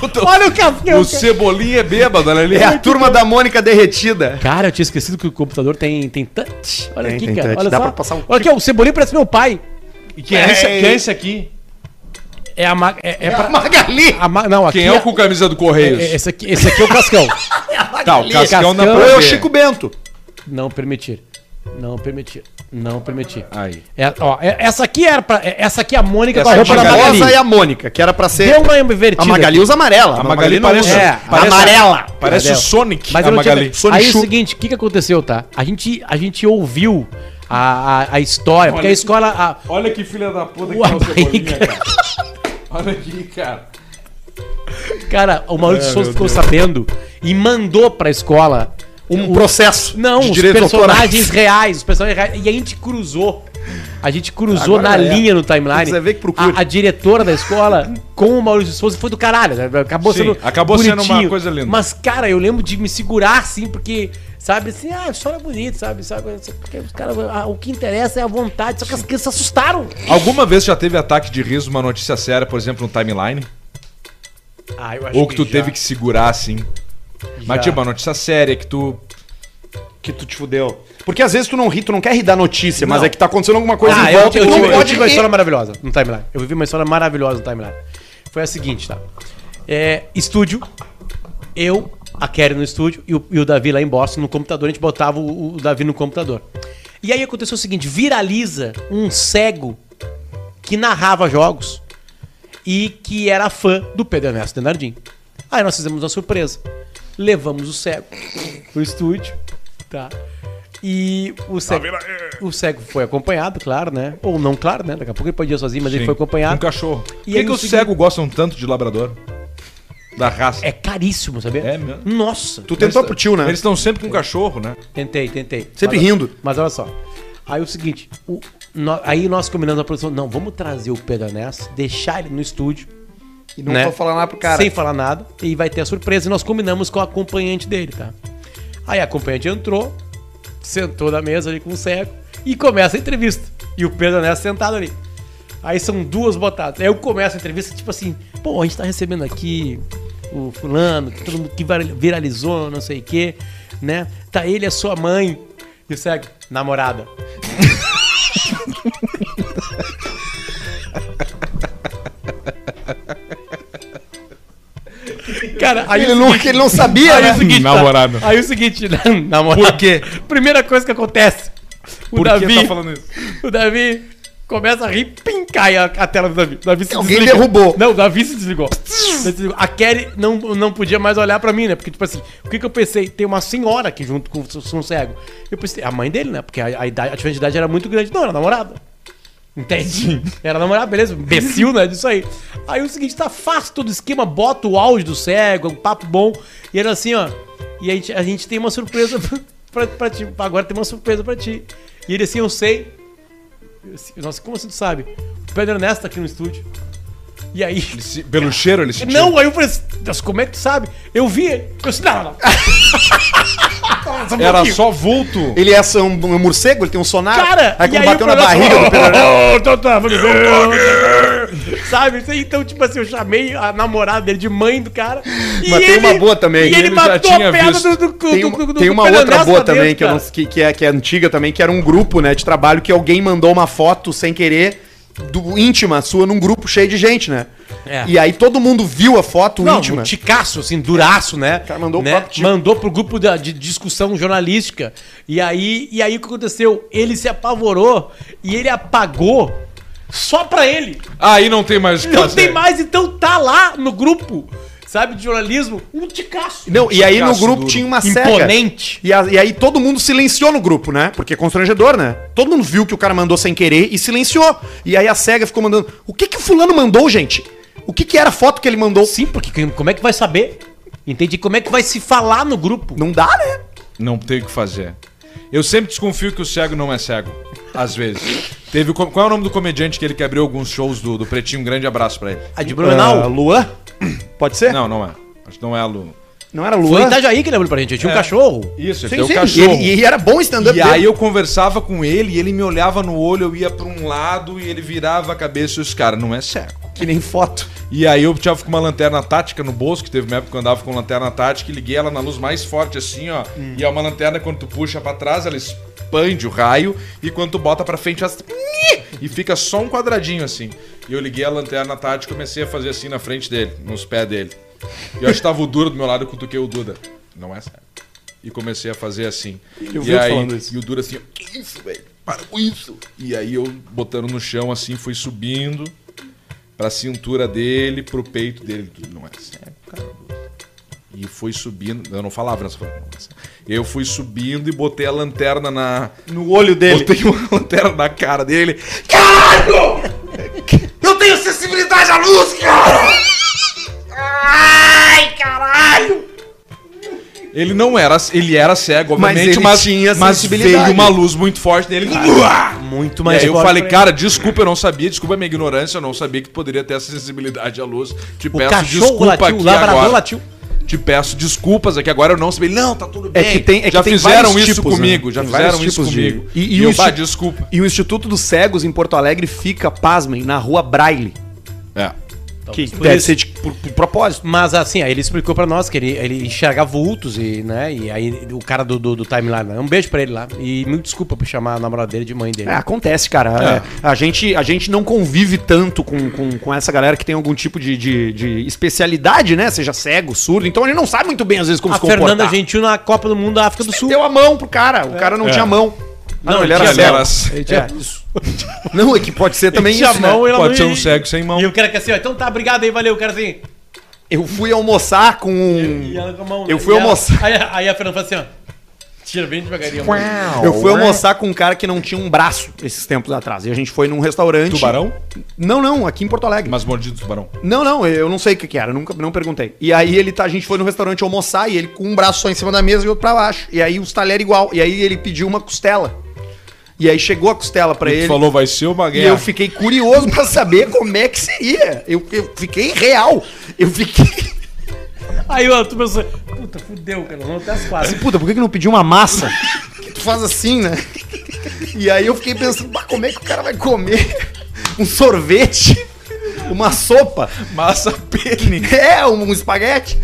Puta,
Olha o que eu- que eu-
o Cebolinha é bêbado, olha ali.
É a turma da Mônica derretida.
Cara, eu tinha esquecido que o computador tem, tem touch. Olha
Tem,
aqui,
tem
cara.
touch.
Olha
Dá
só.
pra passar um
Olha aqui, ó, o Cebolinha parece meu pai.
E quem é, esse, quem é esse aqui?
É a ma... é, é pra-
Magali!
a ma- Não, aqui
Quem é o com camisa do Correios?
é- esse aqui, esse aqui é o Cascão.
tá, o Cascão na
Cascão.
Ou é
praia.
o Chico Bento.
Não permitir. Não permitir. Não permitir.
Aí.
É, ó, é- essa aqui era pra. é- Essa aqui é a Mônica
Essa
A
aqui
roupa
Magali.
da Rosa e é a Mônica, que era pra ser.
Deu uma invertida.
A Magali usa amarela.
A Magali
não
parece,
usa.
É,
parece
amarela.
Parece o
Amarela.
Sonic,
Mas
a
eu não tinha...
Magali.
Aí é o
Chu-
seguinte, o que, que aconteceu, tá? A gente, a gente ouviu a, a, a história, porque a
Olha-
escola. a-
Olha que filha da puta que
O
tá o
Havaí,
Cebolinha,
cara.
cara. Olha aqui, cara. É,
Cara, o Maurício de Souza ficou sabendo e mandou pra escola
Um processo.
Não,
de
os
direitos
personagens reais, os personagens reais. E a gente cruzou. A gente cruzou
Agora
na
é.
linha no
Se
timeline.
quiser ver, que procure.
A, a diretora da escola com o Maurício de Souza foi do caralho. né? Acabou
Sim,
sendo.
acabou sendo uma coisa linda.
Mas, cara, eu lembro de me segurar assim, porque, sabe, assim, ah, a história é bonita, sabe? sabe porque os caras, ah, o que interessa é a vontade. Só que as crianças se assustaram.
Alguma vez já teve ataque de riso, uma notícia séria, por exemplo, no timeline?
Ah, eu acho
Ou que tu
já-
teve que segurar assim?
já.
Mas tipo, uma notícia séria que tu.
Que tu te fudeu. Porque às vezes tu não ri, tu não quer rir da notícia, mas é que tá acontecendo alguma coisa
Ah,
em
eu,
volta
eu,
e tu
tive,
não
eu
pode
tive uma
rir.
história maravilhosa no timeline. Eu vivi uma história maravilhosa no timeline. Foi a seguinte, tá? É, estúdio, eu, a Kelly no estúdio e o, e o Davi lá em Boston no computador. A gente botava o, o Davi no computador. E aí aconteceu o seguinte: viraliza um cego que narrava jogos e que era fã do Pedro Ernesto Denardim. Aí nós fizemos uma surpresa. Levamos o cego pro estúdio, tá? E
Tá
o cego, o cego foi acompanhado, claro, né? Ou não, claro, né? Daqui a pouco ele pode ir sozinho, mas ele
Sim,
foi acompanhado.
Um cachorro. Por
E
que,
aí
que
no
os
seguinte-
cegos gostam tanto de labrador? Da raça.
É caríssimo, sabia?
É mesmo?
Nossa!
Tu tentou pro tio, né?
Eles estão sempre com cachorro, né?
Tentei, tentei.
Sempre
Mas-
rindo.
Mas olha só. Aí o seguinte, o- nó- aí nós combinamos a produção, não, vamos trazer o Pedro Ernesto, deixar ele no estúdio,
E não
né?
vou falar nada pro cara.
Sem falar nada. E vai ter a surpresa. E nós combinamos com a acompanhante dele, tá? Aí a acompanhante entrou, sentou na mesa ali com o cego e começa a entrevista. E o Pedro Ernesto sentado ali. Aí são duas botadas. Aí eu começo a entrevista, tipo assim, pô, a gente tá recebendo aqui o fulano, que todo mundo que vira- viralizou, não sei o quê, né? Tá ele, a sua mãe. E o cego, namorada. Cara, aí
Ele
o
nunca, ele não sabia,
Aí
né?
o seguinte, tá?
Namorado.
Aí o seguinte, na- namorado.
Por quê?
Primeira coisa que acontece. O
Por que
Davi.
tá falando isso?
O Davi começa a rir, pim, cai a, a tela do Davi. O Davi se
Alguém derrubou.
Não, o Davi se desligou. Ele desligou. A Kelly não, não podia mais olhar pra mim, né? Porque, tipo assim, o que, que eu pensei? Tem uma senhora aqui junto com o Sun Cego. Eu pensei, a mãe dele, né? Porque a, a, idade, a diferença de idade era muito grande. Não, era namorada. Entendi. Era namorado, beleza? Imbecil, né? Disso aí. Aí o seguinte, tá, faz todo o esquema, bota o áudio do cego, um papo bom. E era assim, ó. E a gente, a gente tem uma surpresa pra, pra ti. Agora tem uma surpresa pra ti. E ele assim, eu sei. Eu assim, Nossa, como assim tu sabe? O Pedro Ernesto tá aqui no estúdio. E aí.
Eles se- Pelo cheiro, eles se
Não, aí eu falei assim, "Nossa, como é que tu sabe? Eu vi ele. Eu disse, não, não, não.
Era só vulto.
né? Ele é só um, um morcego, ele tem um sonar.
Cara,
aí quando bateu
o
na
programa-
barriga do Pedro Ernesto-
Oh, então tá, falei, Sabe? Isso aí, Então, tipo assim, eu chamei a namorada dele de mãe do cara. e
Mas tem uma boa também,
E
ele
ele,
já
matou a
tinha
piada
visto.
do, do, do,
Tem,
do-
uma-
um- do- do
tem uma
Pedro
outra
Ernesto
boa
lá
também,
dentro,
que, eu não,
cara.
que, que é, que é antiga também, que era um grupo né, de trabalho que alguém mandou uma foto sem querer do, íntima sua num grupo cheio de gente, né?
É.
E aí todo mundo viu a foto
Não,
íntima.
um ticaço, assim, duraço, né?
cara mandou né? o
né?
próprio tico.
Mandou pro grupo da- de discussão jornalística. E aí, e aí o que aconteceu? Ele se apavorou e ele apagou só pra ele.
Aí não tem mais o que
Não
fazer.
tem mais, então tá lá no grupo, sabe, de jornalismo, um ticaço.
Não, e aí no
Ticaço
grupo
duro.
tinha uma cega.
imponente.
E, a- e aí todo mundo silenciou no grupo, né? Porque é constrangedor, né? Todo mundo viu que o cara mandou sem querer e silenciou. E aí a cega ficou mandando. O que que o fulano mandou, gente? O que que era a foto que ele mandou?
Sim, porque quem- como é que vai saber? Entendi. Como é que vai se falar no grupo?
Não dá, né?
Não tem o que fazer. Eu sempre desconfio que o cego não é cego. Às vezes. Teve. o co- Qual é o nome do comediante que ele que abriu alguns shows do, do Pretinho? Um grande abraço pra ele.
A de Blumenau?
Ah, Luan? Pode ser? Não,
Não, não é. Acho que não é a Lu.
era
Foi
Luan.
em Itajaí que ele abriu pra gente. Tinha um
É.
cachorro.
Isso, ele
Sim,
tem
sim.
o cachorro.
E, ele- e era bom o stand-up.
E aí
dele.
eu conversava com ele e ele me olhava no olho, eu ia pra um lado e ele virava a cabeça e os caras, não é cego.
Que nem foto.
E aí eu tinha com uma lanterna tática no bolso, que teve uma época que eu andava com lanterna tática e liguei ela na luz mais forte assim, ó.
Hum.
E é uma lanterna, quando tu puxa pra trás, ela expande o raio e quando tu bota pra frente, ela... E fica só um quadradinho assim. E eu liguei a lanterna tática e comecei a fazer assim na frente dele, nos pés dele. E eu acho que tava o Duro do meu lado, eu cutuquei o Duda. Não é cego. E comecei a fazer assim.
Eu vi
e
ele
aí,
falando isso.
E o Dura assim, ó, que isso, velho? Para com isso. E aí eu botando no chão assim, fui subindo pra cintura dele, pro peito dele. Ele, Não é cego, cara. E fui subindo. Eu não falava nessa falava, não é cego. Eu fui subindo e botei a lanterna na.
No olho dele.
Botei uma lanterna na cara dele.
Eu tenho sensibilidade à luz, cara! Ai, caralho!
Ele não era, ele era cego,
Mas
obviamente,
ele
mas,
tinha
mas
sensibilidade.
veio uma luz muito forte nele.
Muito
E
mais
aí eu
forte
falei,
pra ele.
cara, desculpa, eu não sabia, desculpa a minha ignorância, eu não sabia que tu poderia ter essa sensibilidade à luz. Te
O
peço
cachorro
desculpa
latiu, o
aqui
labrador
agora.
latiu.
Te peço desculpas aqui agora, eu não sabia. Não, tá tudo bem.
que tem- é que
já
tem
fizeram
vários
isso
tipos, né?
comigo, já
Tem vários
fizeram isso
tipos de-
comigo.
E- e
eu,
o
bah,
insti-
desculpa.
E o Instituto dos Cegos em Porto Alegre fica, pasmem, na rua Braille.
É.
Que deve
por Então, isso.
ser de, por, por propósito.
Mas assim, aí ele explicou pra nós que ele, ele enxerga vultos e, né? E aí o cara do, do, do timeline, né, um beijo pra ele lá. E me desculpa por chamar a namorada dele de mãe dele.
É, acontece, cara. É, a, gente, a gente não convive tanto com, com, com essa galera que tem algum tipo de, de, de especialidade, né? Seja cego, surdo. Então a gente não sabe muito bem, às vezes, como
a
se comportar.
Fernanda Gentil na Copa do Mundo da África do Sul.
deu a mão pro cara. O cara não
É.
tinha mão. Ah,
Não, ele tinha
cego.
mão.
Ele tinha-
É Não, é que pode ser também
tinha
isso, né?
mão, ela
Pode
não-
ser um cego sem mão.
E o cara que assim, ó, então tá, obrigado aí, valeu, o cara assim.
Eu fui almoçar com um...
E ela com a mão,
Eu
né,
fui
e ela-
almoçar.
Aí, a- aí a Fernanda falou assim, ó. Tira bem devagarinho. a mão.
Eu fui
é?
almoçar com um cara que não tinha um braço esses tempos atrás. E a gente foi num restaurante.
Tubarão?
Não, não, aqui em Porto Alegre.
Mas mordido do tubarão.
Não, não, eu não sei o que, que era, nunca não perguntei. E aí ele tá, a gente foi no restaurante almoçar e ele com um braço só em cima da mesa e outro pra baixo. E aí os talheres igual. E aí ele pediu uma costela. E aí chegou a costela pra
E tu
ele.
falou, é? vai ser uma
E
guerra.
eu fiquei curioso pra saber como é que seria. Eu, eu fiquei real. Eu fiquei.
Aí ó, tu pensou, puta, fudeu, cara, vamos até as quatro.
assim, Puta, por que, que não pediu uma massa? que tu faz assim, né? E aí eu fiquei pensando, "Bah, como é que o cara vai comer um sorvete? Uma sopa.
Massa pene.
É, um, um espaguete.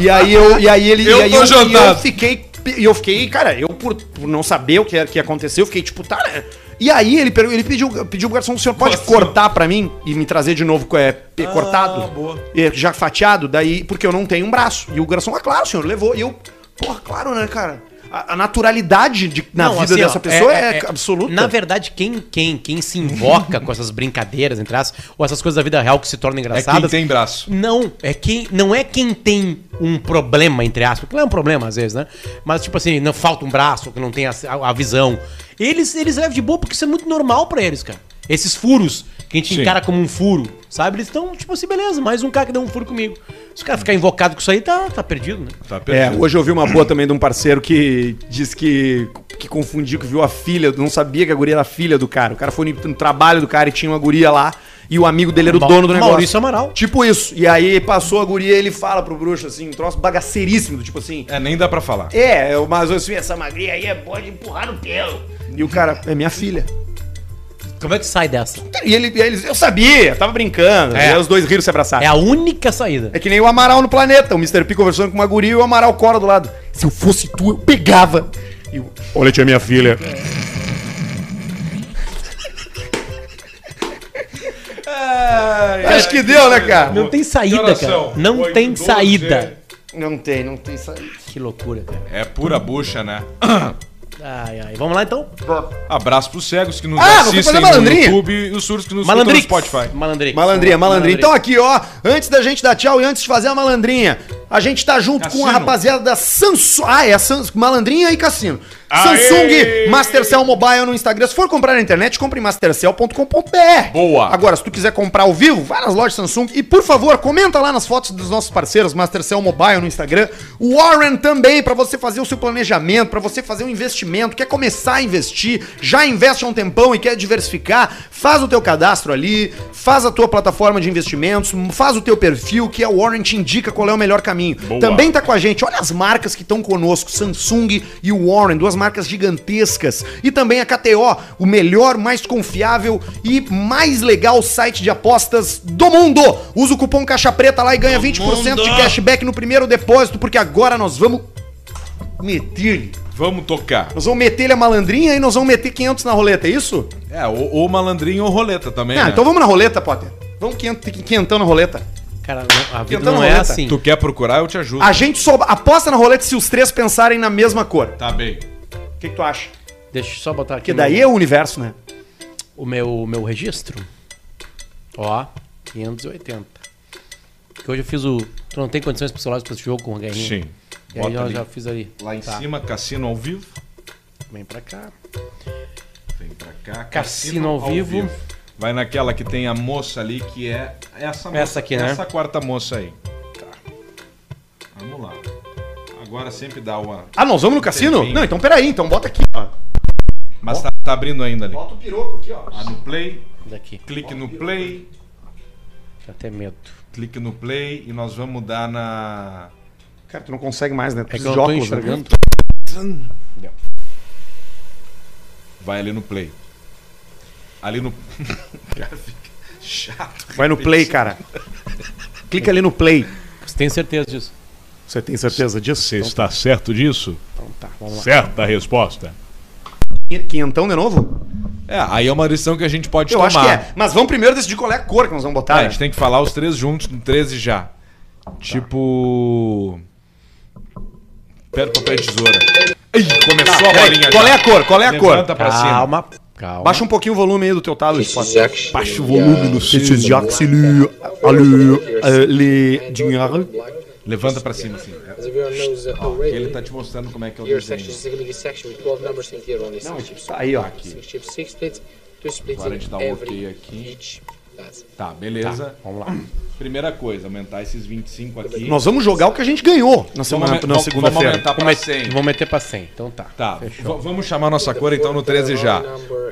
e aí eu, e aí ele,
Tá, Eu
e aí
tô jantado.
e eu fiquei, e eu fiquei, cara, eu por, por não saber o que, era- que aconteceu, eu fiquei tipo, tá. né? E aí ele, per- ele pediu, pediu pro garçom, o senhor pode cortar pra mim e me trazer de novo é, pe-
Ah,
cortado, É, já fatiado, daí porque eu não tenho um braço. E o garçom, ah, claro, senhor, levou. E eu, porra, claro, né, cara? A, a naturalidade de- na
Não,
vida
assim, ó,
dessa pessoa é, absoluta.
Na verdade, quem, quem, quem se invoca com essas brincadeiras, entre aspas, ou essas coisas da vida real que se tornam
É quem
engraçadas.
tem braço.
Não, é quem. Não é quem tem um problema, entre aspas, porque não é um problema às vezes, né? Mas, tipo assim, não falta um braço, que não tem a, a- a visão. Eles, eles levam de boa porque isso é muito normal pra eles, cara. Esses furos, que a gente
Sim.
encara como um furo, sabe? Eles estão, tipo assim, beleza, mais um cara que deu um furo comigo. Se o cara ficar invocado com isso aí, tá, tá perdido, né?
Tá
É,
perfeito.
hoje eu vi uma boa também de um parceiro que disse que, que confundiu, que viu a filha, não sabia que a guria era a filha do cara. O cara foi no, no trabalho do cara e tinha uma guria lá e o amigo dele era o
Ma-
dono do negócio.
Maurício Amaral.
Tipo isso. E aí passou a guria e ele fala pro bruxo assim, um troço bagaceiríssimo, do tipo assim.
É, nem dá pra falar.
É, eu- mas assim, essa magrinha aí é boa de empurrar no pelo. E o cara, é minha filha.
Como é que sai dessa?
E ele, e eles, eu sabia, tava brincando.
É.
E aí os dois riram se abraçaram.
É a única saída.
É que nem o Amaral no planeta, o Mr. P conversando com uma guria e o Amaral Cora do lado. Se eu fosse tu, eu pegava. E o... Olha, tia, minha filha.
É,
Acho que deu, né, cara?
Não tem saída,
Que horas
cara.
são?
Não
Oito,
tem
doze.
saída.
Não tem, não tem saída.
Que loucura, cara.
É pura bucha, né?
Ai, ai. Vamos lá então?
Abraço pros cegos que nos
Ah, vou fazer
assistem no
malandrinha.
YouTube e os surdos que nos escutam no
Malandrix.
Spotify.
Malandrix.
Malandrinha, malandrinha. Então aqui, ó, antes da gente dar tchau e antes de fazer a malandrinha, a gente tá junto com a
Cassino.
rapaziada da Samsung. Ah, é a Sans... malandrinha e cassino.
Aê!
Samsung Mastercell Mobile no Instagram. Se for comprar na internet, compre em mastercell.com.br.
Boa.
Agora, se tu quiser comprar ao vivo, vai nas lojas Samsung e, por favor, comenta lá nas fotos dos nossos parceiros Mastercell Mobile no Instagram. Warren também, pra você fazer o seu planejamento, pra você fazer um investimento, quer começar a investir, já investe há um tempão e quer diversificar, faz o teu cadastro ali, faz a tua plataforma de investimentos, faz o teu perfil, que a Warren te indica qual é o melhor caminho.
Boa.
Também também tá com a gente. Olha as marcas que estão conosco: Samsung e o Warren, duas marcas gigantescas. E também a KTO, o melhor, mais confiável e mais legal site de apostas do mundo. Usa o cupom Caixa Preta lá e ganha 20% de cashback no primeiro depósito, porque agora nós vamos meter-lhe.
Vamos tocar.
Nós vamos meter-lhe a malandrinha e nós vamos meter 500 na roleta, é isso?
É, ou, ou malandrinho ou roleta também,
Ah,
né?
então vamos na roleta, Potter. Vamos 500 quinhentão na roleta.
Cara, não- a vida
Então
não
não
é
entra.
assim.
Tu quer procurar, eu te ajudo.
A gente só aposta na roleta se os três pensarem na mesma cor.
Tá bem.
O que, que tu acha?
Deixa eu só botar aqui
Porque daí é o universo, né?
o meu, o meu registro. Ó, 580. Que hoje eu fiz o... Tu não tem condições psicológicas pra esse jogo com a guerrinha?
Sim.
E aí
Bota
eu
ali.
já fiz ali.
Lá em
Tá,
cima, cassino ao vivo.
Vem pra cá.
Vem pra cá.
Cassino ao vivo.
Vai naquela que tem a moça ali, que é essa moça.
Essa aqui, né?
Essa quarta moça aí. Tá. Vamos lá. Agora sempre dá uma.
Ah, nós vamos no cassino?
Tempinho.
Não, então peraí, então bota aqui, ó.
Mas tá, tá abrindo ainda ali.
Bota o piroco aqui, ó.
Ah, no play,
Daqui.
clique no play,
Dá até medo.
clique no play e nós vamos dar na.
Cara, tu não consegue mais, né? Tu
É que
precisa
eu
de
não tô
óculos, né?
enxergando.
Vai ali no play. Ali no. Cara, fica chato.
Vai no play, cara. Clica ali no play.
Você tem certeza disso?
Você tem certeza disso?
Você está certo disso?
tá. Então tá, vamos lá.
Certa resposta.
Quinhentão de novo?
É, aí é uma lição que a gente pode
Eu
tomar.
acho que é. Mas vamos primeiro decidir qual é a cor que nós vamos botar.
Tá, a
né?
gente tem que falar os três juntos no 13 já. Tipo. Pedra, papel e tesoura. Ih, começou a
Peraí,
bolinha
qual é
já.
a cor? Qual é a cor?
Levanta pra cima.
calma.
Baixa um pouquinho o volume aí do teu tablet. pode.
Baixa o volume no
Esses jacques, ele- ali- ali- dinheiro.
Levanta pra cima, assim.
As everyone knows uh, already,
Ele tá te mostrando como é que é o
your section is
desenho.
a unique section with 12 numbers in here only.
Não, tipo,
six chips.
tá aí, ó.
Six chips, six splits, two splits
Agora a
in
gente dá um
every
ok aqui.
each. That's
Tá, beleza. vamos lá. Primeira coisa, aumentar esses 25 aqui.
Nós vamos jogar o que a gente ganhou na,
Vamos
semana-
aumen-
na
vamos- Vamos
segunda-feira. é
aumentar pra 100.
Vou meter pra 100, então tá.
Tá, v- vamos chamar nossa cor então no 13 já.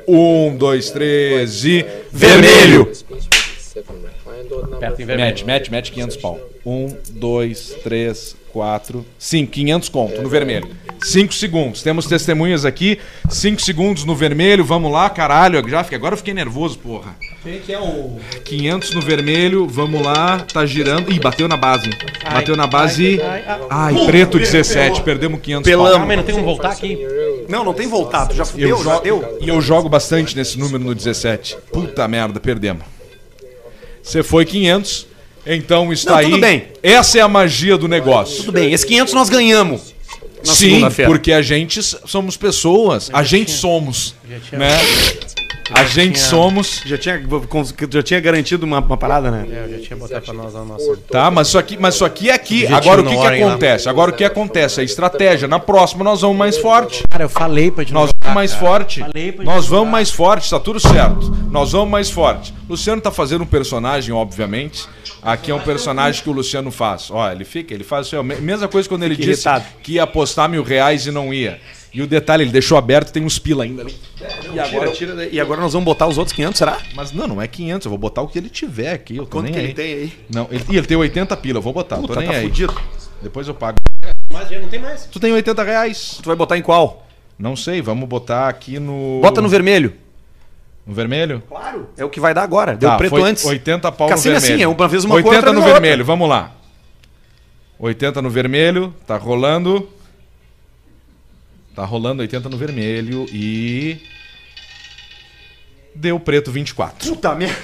1, 2, 3 e. Vermelho!
speech with seven red. Find odd number
Aperta em
from
vermelho.
Mete, mete, mete 500 pau. 1, 2, 3, 4, 5. 500 conto no vermelho. 5 segundos. Temos testemunhas aqui. 5 segundos no vermelho. Vamos lá, caralho. Já fiquei, agora eu fiquei nervoso, porra. Quem que é o. 500 no vermelho. Vamos lá. Tá girando. Ih, bateu na base. Bateu na base.
ai, ai.
Ai, preto 17. Perdemos 500 pau.
Pelamos.
Calma aí, não tem como voltar aqui?
Não, não tem voltado. Já
Eu
fudeu, já
jogo-
deu.
E eu jogo bastante nesse número no 17. Puta merda, perdemos. Você foi 500, então está
Não,
aí.
tudo bem.
Essa é a magia do negócio.
Tudo bem, esse 500 nós ganhamos. Na
Sim,
segunda-feira.
porque a gente s- somos pessoas. A gente somos.
tinha-
Né? A gente
tinha-
somos.
Já tinha, já tinha garantido uma, uma parada, né?
É, eu já tinha botado pra nós a nossa.
Tá, mas isso aqui, mas isso aqui é aqui.
Objetivo
Agora o que,
na
que
hora, hein, lá.
acontece? Agora o que acontece? É estratégia. Na próxima nós vamos mais forte.
Cara, eu falei pra gente
Nós
jogar,
vamos mais
cara.
forte.
Falei pra gente
Nós vamos
jogar.
mais forte, tá tudo certo. Nós vamos mais forte. Luciano tá fazendo um personagem, obviamente. Aqui é um personagem que o Luciano faz. Ó, ele fica, ele faz isso. aí, ó. Me- Mesma coisa quando ele disse
irritado.
que ia apostar mil reais e não ia. E o detalhe, ele deixou aberto, tem uns pila ainda ali.
E agora, e agora nós vamos botar os outros 500, será?
Mas não, não é 500, eu vou botar o que ele tiver aqui. Eu tô
Quanto
nem
que
aí.
ele tem aí?
Não, ele, Ih, ele tem 80 pila, eu vou botar, tô
Puta,
nem
tá
aí.
fudido.
Depois eu pago.
Mas já não tem mais.
Tu tem 80 reais?
Tu vai botar em qual?
Não sei, vamos botar aqui no.
Bota no vermelho.
no vermelho?
É o que vai dar agora. Deu
Tá,
preto
foi
antes.
80 pau
Cassino
no
é assim,
vermelho.
é uma vez uma cor,
80
outra
no
vez outra.
vermelho, vamos lá. 80 no vermelho, tá rolando. Tá rolando 80 no vermelho e. Deu preto 24.
Puta merda.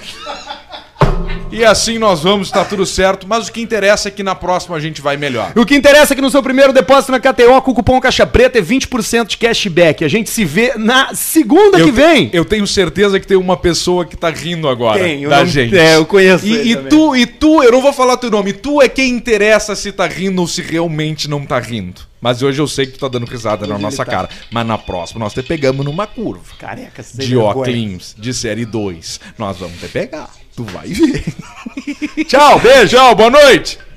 E assim nós vamos, tá tudo certo. Mas o que interessa é que na próxima a gente vai melhor.
O que interessa é que no seu primeiro depósito na KTO, com o cupom Caixa Preta, é 20% de cashback. A gente se vê na segunda que vem.
Eu tenho certeza que tem uma pessoa que tá rindo agora
Tem, eu
da
não-
gente.
é, eu conheço ele
E, e
também.
tu, e tu, eu não vou falar teu nome. Tu é quem interessa se tá rindo ou se realmente não tá rindo. Mas hoje eu sei que tu tá dando risada na nossa cara. Mas na próxima nós te pegamos numa curva.
Careca, você é
De Oclins, de série 2. Nós vamos te pegar. Tu vai ver.
Tchau, beijo.
Tchau, boa noite.